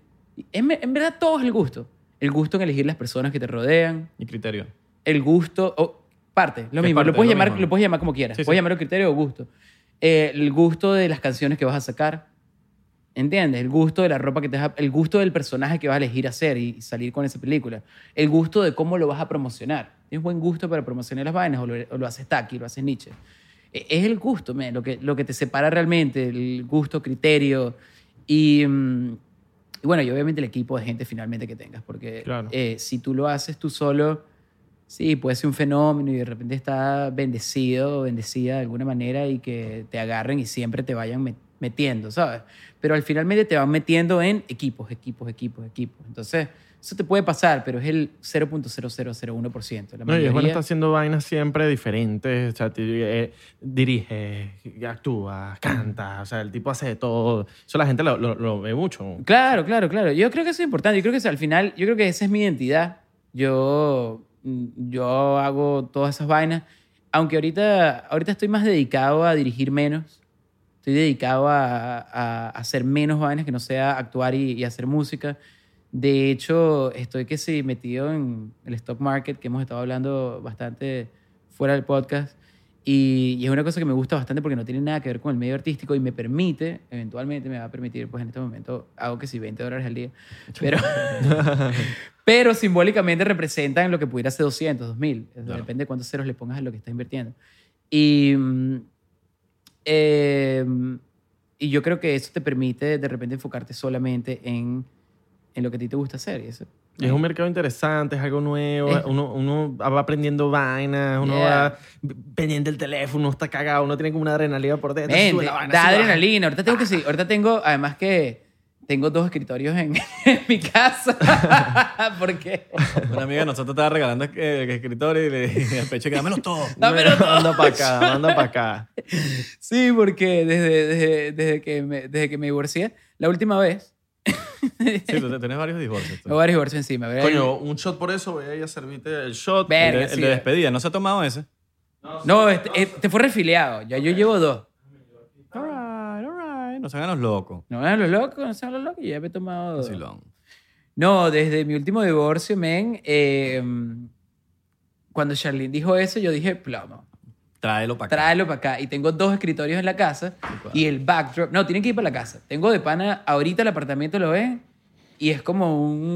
En, en verdad, todo es el gusto. El gusto en elegir las personas que te rodean, Y criterio. el gusto o parte, lo Es mismo, parte, lo, puedes lo llamar, mismo. lo puedes llamar como quieras, Sí, puedes sí. llamarlo criterio o gusto. Eh, el gusto de las canciones que vas a sacar, ¿entiendes? El gusto de la ropa que te vas a- el gusto del personaje que vas a elegir hacer y, y salir con esa película, el gusto de cómo lo vas a promocionar. ¿Tienes buen gusto para promocionar las vainas o lo, o lo haces Taki, lo haces Nietzsche? E- Es el gusto, man, lo, que, lo que te separa realmente, el gusto, criterio y... mm, y bueno, y obviamente el equipo de gente finalmente que tengas, porque Claro. eh, si tú lo haces tú solo, sí, puede ser un fenómeno y de repente está bendecido o bendecida de alguna manera y que te agarren y siempre te vayan met- metiendo, ¿sabes? Pero al finalmente te van metiendo en equipos, equipos, equipos, equipos. Entonces, eso te puede pasar, pero es el 0.0001%. No, y La es bueno mayoría- estar haciendo vainas siempre diferentes. O sea, ti- eh, dirige, actúa, canta. O sea, el tipo hace de todo. Eso la gente lo, lo- lo ve mucho. Claro, claro, claro. Yo creo que eso es importante. Yo creo que eso, al final, yo creo que esa es mi identidad. Yo, mm, yo hago todas esas vainas. Aunque ahorita, ahorita estoy más dedicado a dirigir menos. Estoy dedicado a, a- a hacer menos vainas que no sea actuar y, y hacer música. De hecho, estoy que sí metido en el stock market, que hemos estado hablando bastante fuera del podcast. Y, y es una cosa que me gusta bastante porque no tiene nada que ver con el medio artístico y me permite, eventualmente me va a permitir, pues en este momento hago que sí 20 dólares al día, pero, pero simbólicamente representan lo que pudiera ser 200, 2000, O sea, Claro. depende de cuántos ceros le pongas a lo que estás invirtiendo. Y, mm, eh, y yo creo que eso te permite de repente enfocarte solamente en, en lo que a ti te gusta hacer. Y eso, Y es un mercado interesante, es algo nuevo. Es- Uno, uno va aprendiendo vainas, uno Yeah. va pendiente del teléfono, uno está cagado, uno tiene como una adrenalina por dentro. Men, sube te- la vaina, da sube la vaina. adrenalina. Ahorita Ah. tengo que sí. Ahorita tengo, además que tengo dos escritorios en, en mi casa. Porque. Una amiga de nosotros estaba regalando eh, el escritorio y le dije al pecho que dámelo todo. Dámelo todo. Manda para acá, manda para acá. Sí, porque desde, desde, desde, que me, desde que me divorcié, la última vez. Sí, tú tienes varios divorcios. tú. Me voy a dar divorcio encima. ¿verdad? Coño, un shot por eso, voy a ir a servirte el shot. El Verga, de, el sí. de despedida, ¿no se ha tomado ese? No, este, este- te fue refiliado. Ya yo llevo dos. All right, all right. No se hagan los locos. No sean los locos, no sean los locos. Ya me he tomado dos. Silón. No, desde mi último divorcio, men. eh, cuando Charlene dijo eso, yo dije plomo. Tráelo para acá. tráelo para acá. Y tengo dos escritorios en la casa y el backdrop. No, tienen que ir para la casa. Tengo de pana, ahorita el apartamento lo ven y es como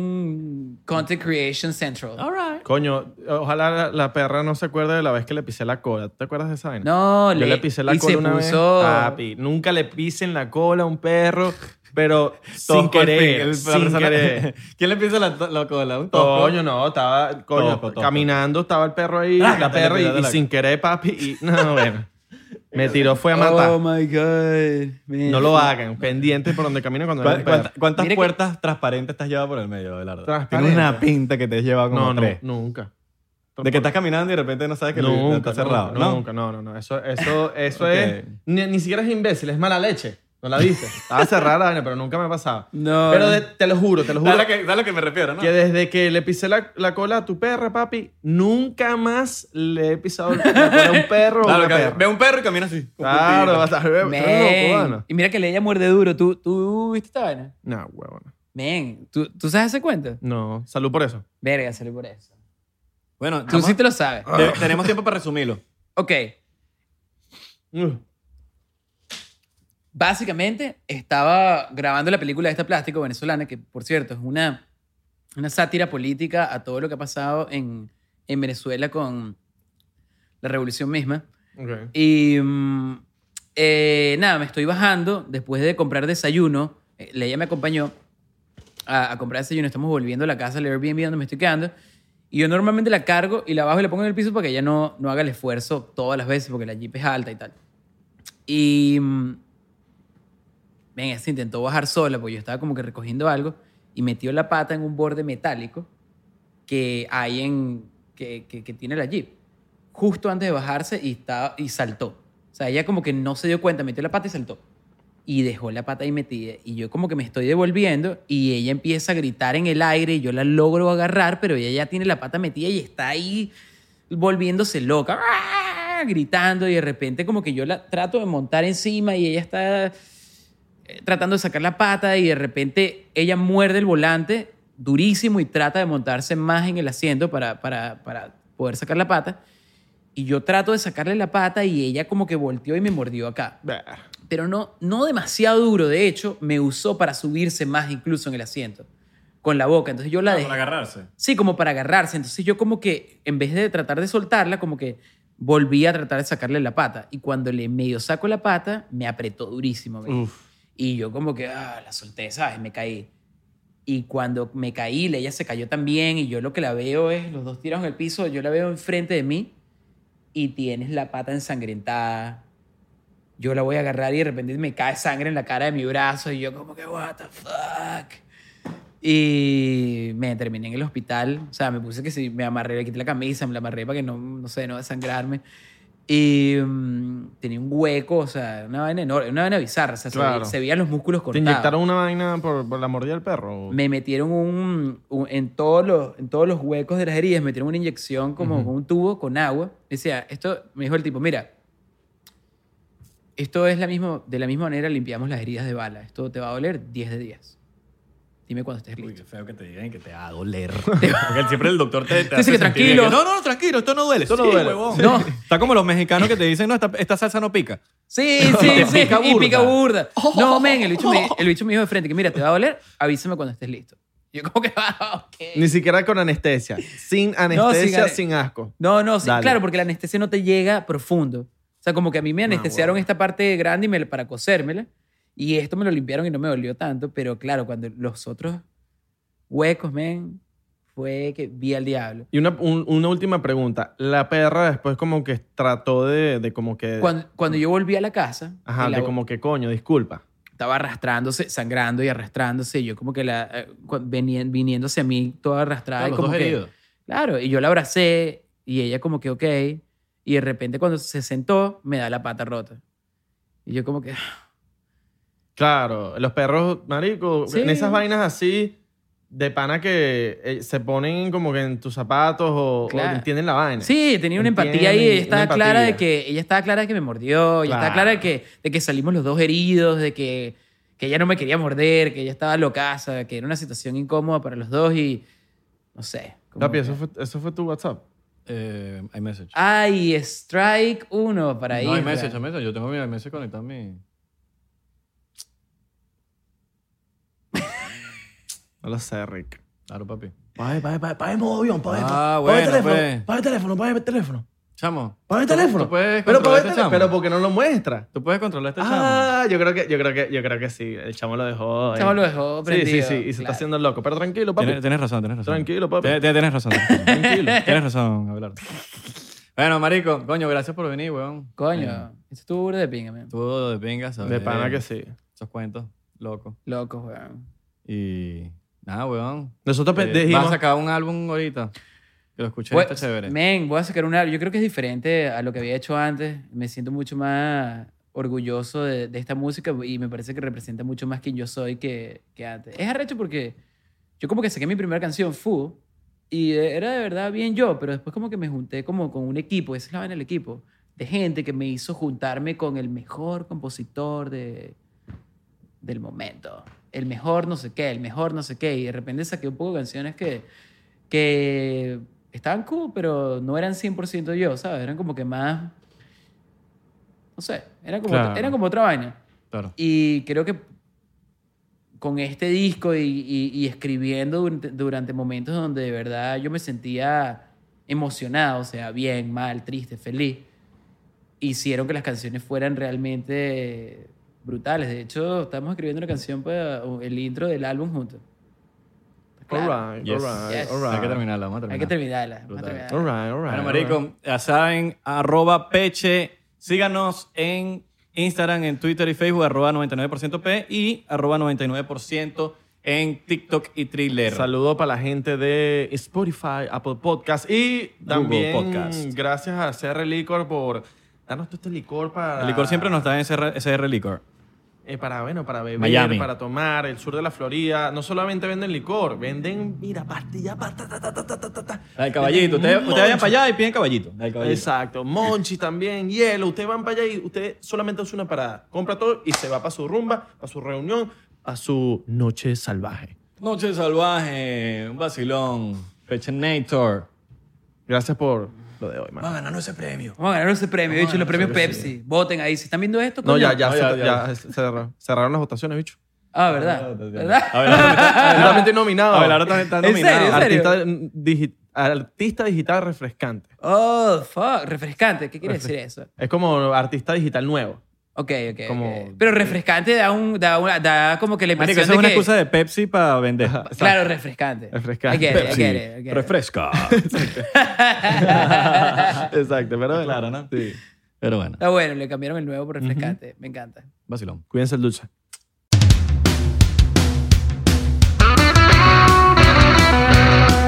un content creation central. All right. Coño, ojalá la, la perra no se acuerde de la vez que le pisé la cola. ¿Te acuerdas de esa vaina? No, Yo le, pisé la y cola se una puso- vez. Papi, nunca le pisen la cola a un perro, pero sin Toco al fin, querer, el- la sin persona- querer. ¿Quién le pisa la, la cola? Un toco. Coño, no, estaba coño, Toco, toco. caminando, estaba el perro ahí, Ah, la te perra, le y, tiraste y la- sin querer, papi, y no, bueno. Me tiró, fue a matar. Oh my God. man. no lo hagan, pendiente por donde camina cuando ¿Cuá- vean un perro. cuánta- ¿Cuántas Mira que- puertas transparentes te has llevado por el medio, Abelardo? Transparente. Tienes una pinta que te has llevado como No, no, tres. nunca. De que estás caminando y de repente no sabes que el- nunca, está cerrado. Nunca, ¿no? nunca, no, no, no. Eso, eso, eso Ok. es. Ni, ni siquiera es imbécil, es mala leche. No la viste. Estaba cerrada la vaina, pero nunca me ha pasado. No. Pero de- te lo juro, te lo juro. ¿Sabes a lo que- sabes a lo que me refiero, no? Que desde que le pisé la, la cola a tu perra, papi, nunca más le he pisado la cola a un perro o a Claro, una que perra. ve un perro y camina así. con Claro, puntita. vas a ver. Man. loco, Y mira que Leia muerde duro. ¿Tú, tú viste esta vaina? No, huevona. Men, ¿tú, ¿tú sabes ese cuento? No, salud por eso. Verga, salí por eso. Bueno, Tú vamos- Ah. sí te lo sabes. te- tenemos tiempo para resumirlo. Ok. Uh, Básicamente estaba grabando la película de esta plástico venezolana, que por cierto es una, una sátira política a todo lo que ha pasado en, en Venezuela con la revolución misma. Ok. Y mm, eh, nada, me estoy bajando después de comprar desayuno. Eh, Leia me acompañó a, a comprar desayuno. Estamos volviendo a la casa, al Airbnb donde me estoy quedando. Y yo normalmente la cargo y la bajo y la pongo en el piso para que ella no, no haga el esfuerzo todas las veces porque la Jeep es alta y tal. Y. mm, Ven, ella se intentó bajar sola porque yo estaba como que recogiendo algo y metió la pata en un borde metálico que hay en. que, que- que tiene la Jeep. Justo antes de bajarse y, estaba, y saltó. O sea, ella como que no se dio cuenta, metió la pata y saltó. Y dejó la pata ahí metida. Y yo como que me estoy devolviendo y ella empieza a gritar en el aire y yo la logro agarrar, pero ella ya tiene la pata metida y está ahí volviéndose loca, ¡ah! gritando y de repente como que yo la trato de montar encima y ella está eh, tratando de sacar la pata y de repente ella muerde el volante durísimo y trata de montarse más en el asiento para, para, para poder sacar la pata. Y yo trato de sacarle la pata y ella como que volteó y me mordió acá Bah. pero no, no demasiado duro. De hecho, me usó para subirse más incluso en el asiento, Ah, con la boca. Entonces yo la Para dejé. agarrarse. Sí, como para agarrarse. Entonces yo como que, en vez de tratar de soltarla, como que volví a tratar de sacarle la pata. Y cuando le medio saco la pata, me apretó durísimo. ¿ves? Y yo como que, ah, la solté, ¿sabes? Me caí. Y cuando me caí, la- ella se cayó también y yo lo que la veo es, los dos tirados en el piso, yo la veo enfrente de mí y tienes la pata ensangrentada. Yo la voy a agarrar y de repente me cae sangre en la cara de mi brazo y yo como que, what the fuck. Y me terminé en el hospital. O sea, me puse que si me amarré, le quité la camisa, me la amarré para que no, no sé, no desangrarme. Y mm, tenía un hueco, o sea, una vaina enorme, una vaina bizarra. O sea, se ve- Claro. se, veían los músculos ¿Te cortados. inyectaron una vaina por, por la mordida del perro? Me metieron un, un- en, todos los, en todos los huecos de las heridas, me metieron una inyección como Ujú. con un tubo con agua. Decía, esto, me dijo el tipo, mira, esto es la misma, de la misma manera limpiamos las heridas de bala. Esto te va a doler 10 de 10. Dime cuando estés Uy, listo. qué feo que te digan que te va a doler. Porque siempre el doctor te, te Dice sentir que bien, tranquilo. que, No, no, no, tranquilo, esto no duele, esto no Sí, duele. huevón. No. Está como los mexicanos que te dicen, no, esta, esta salsa no pica. Sí, sí, Te sí. pica Y pica burda. burda. No, men, el bicho, me, el bicho me dijo de frente que, mira, te va a doler, avísame cuando estés listo. Yo como que, ah, ok. Ni siquiera con anestesia. Sin anestesia, ane- sin asco. No, no, sí, Dale. claro, porque la anestesia no te llega profundo. O sea, como que a mí me anestesiaron Ah, bueno. esta parte grande y me, para cosérmela. Y esto me lo limpiaron y no me dolió tanto. Pero claro, cuando los otros huecos, men, fue que vi al diablo. Y una, un- una última pregunta. La perra después como que trató de, de como que... Cuando, cuando yo volví a la casa, Eh, mm. ajá, y la- de como que coño, disculpa. estaba arrastrándose, sangrando y arrastrándose. Y yo como que la, eh, cu- venía- viniendo hacia mí toda Claro, arrastrada. y los como dos que- heridos. Claro, y yo la abracé y ella como que ok. Y de repente cuando se sentó, me da la pata rota. Y yo como que... Claro, los perros, marico, Sí. en esas vainas así de pana que eh, se ponen como que en tus zapatos o, o Claro. entienden la vaina. Sí, tenía una empatía ahí. Entienden, Ella estaba una clara de empatía. que ella estaba clara de que me mordió. Ella estaba Claro. clara de que, de que salimos los dos heridos, de que, que ella no me quería morder, que ella estaba locaza, que era una situación incómoda para los dos y no sé. como Papi, que- eso fue, eso fue tu WhatsApp. Eh, hay message. Ay, strike uno para Ah, ahí. no, hay message, hay message. Yo tengo mi message conectado a mi... No lo sé, Rick. Claro, papi. Pague, pague, pague, pague modo avión, pague Ah, esto. bueno, pague el teléfono, pues. pague el teléfono, pague el teléfono. Chamo. Paga el tú- teléfono. Tú puedes Pero, controlar ¿por qué este te- chamo. pero porque no lo muestra. Tú puedes controlar este chamo. Ah, yo creo que, yo creo que, yo creo que sí. El chamo lo dejó. El eh. chamo lo dejó Sí, sí, prendido, sí. Y se está claro. haciendo loco. Pero tranquilo, papi. Tienes, tienes razón, tienes razón. Tranquilo, papi. Te- te- Tienes razón. Tranquilo. tienes razón, Abelardo. Bueno, marico, coño, gracias por venir, Eh, weón. Coño, esto estuvo burda de pinga, man. Tú de pingas, ¿sabes? De pana que sí. Esos cuentos, loco. Loco, weón. Y nada, weón. Nosotros pe- Eh, pues, dijimos... Vas a sacar un álbum ahorita. Que lo escuché, Voy- está chévere. Men, voy a sacar una. Yo creo que es diferente a lo que había hecho antes. Me siento mucho más orgulloso de, de esta música y me parece que representa mucho más quién yo soy que, que antes. Es arrecho porque yo como que saqué mi primera canción, Fu, y era de verdad bien yo, pero después como que me junté como con un equipo, esa es la vaina del equipo, de gente que me hizo juntarme con el mejor compositor de, del momento. El mejor no sé qué, el mejor no sé qué. Y de repente saqué un poco de canciones que, que estaban cool, pero no eran 100% yo, ¿sabes? Eran como que más... No sé, era como, Claro. era como otra vaina. Claro. Y creo que con este disco y, y- y escribiendo durante, durante momentos donde de verdad yo me sentía emocionado, o sea, bien, mal, triste, feliz, hicieron que las canciones fueran realmente brutales. De hecho, estamos escribiendo una canción para el intro del álbum juntos. Claro. All right, Yes. all right, Yes. all right. Hay que terminarla, vamos a terminar. Hay que terminarla. vamos a Brutal. terminarla. All right, all right, Bueno, all right. marico, ya saben, arroba peche. Síganos en Instagram, en Twitter y Facebook, arroba 99% P y arroba 99% en TikTok y Thriller. Saludo para la gente de Spotify, Apple Podcast y también Podcast. gracias a CR Licor por darnos todo este licor para... El licor siempre nos da en SR, SR Licor. Eh, para, bueno, para beber, Miami. para tomar, el sur de la Florida. No solamente venden licor, venden, mira, pastilla, pa, ta, ta, ta, ta, ta, ta, ta. El caballito. Ustedes, Moncho. ustedes vayan para allá y piden caballito. El caballito. Exacto, Monchi también, hielo. Ustedes van para allá y usted solamente hace una parada. Compra todo y se va para su rumba, a su reunión, a su noche salvaje. Noche salvaje, un vacilón, Pechenator. Gracias por lo de hoy, man. Ah, Van a ganarnos ese premio. Vamos a ganar ese premio, bicho, los premios Pepsi. Voten ahí. Si están viendo esto, No, coño. ya, ya, No, se- ya, ya, ya. se- cerraron, cerraron las votaciones, bicho. Ah, ¿verdad? ¿Verdad? Yo también estoy nominado. Ah, Abelardo también está ¿En nominado. serio? Artista, digi- artista digital refrescante. Oh, fuck. Refrescante. ¿Qué quiere decir eso? Es como artista digital nuevo. Ok, ok. ok. Como- Pero refrescante da, un, da, una- da como que la Marico, impresión esa es una de que... excusa de Pepsi para vender. Claro, refrescante. Refrescante. I get it, I Pepsi. get it, I get it. Refresca. Exacto, pero Claro, ¿no? Sí. Pero bueno, Está bueno, le cambiaron el nuevo por refrescante. Me encanta. vacilón. Cuídense el dulce.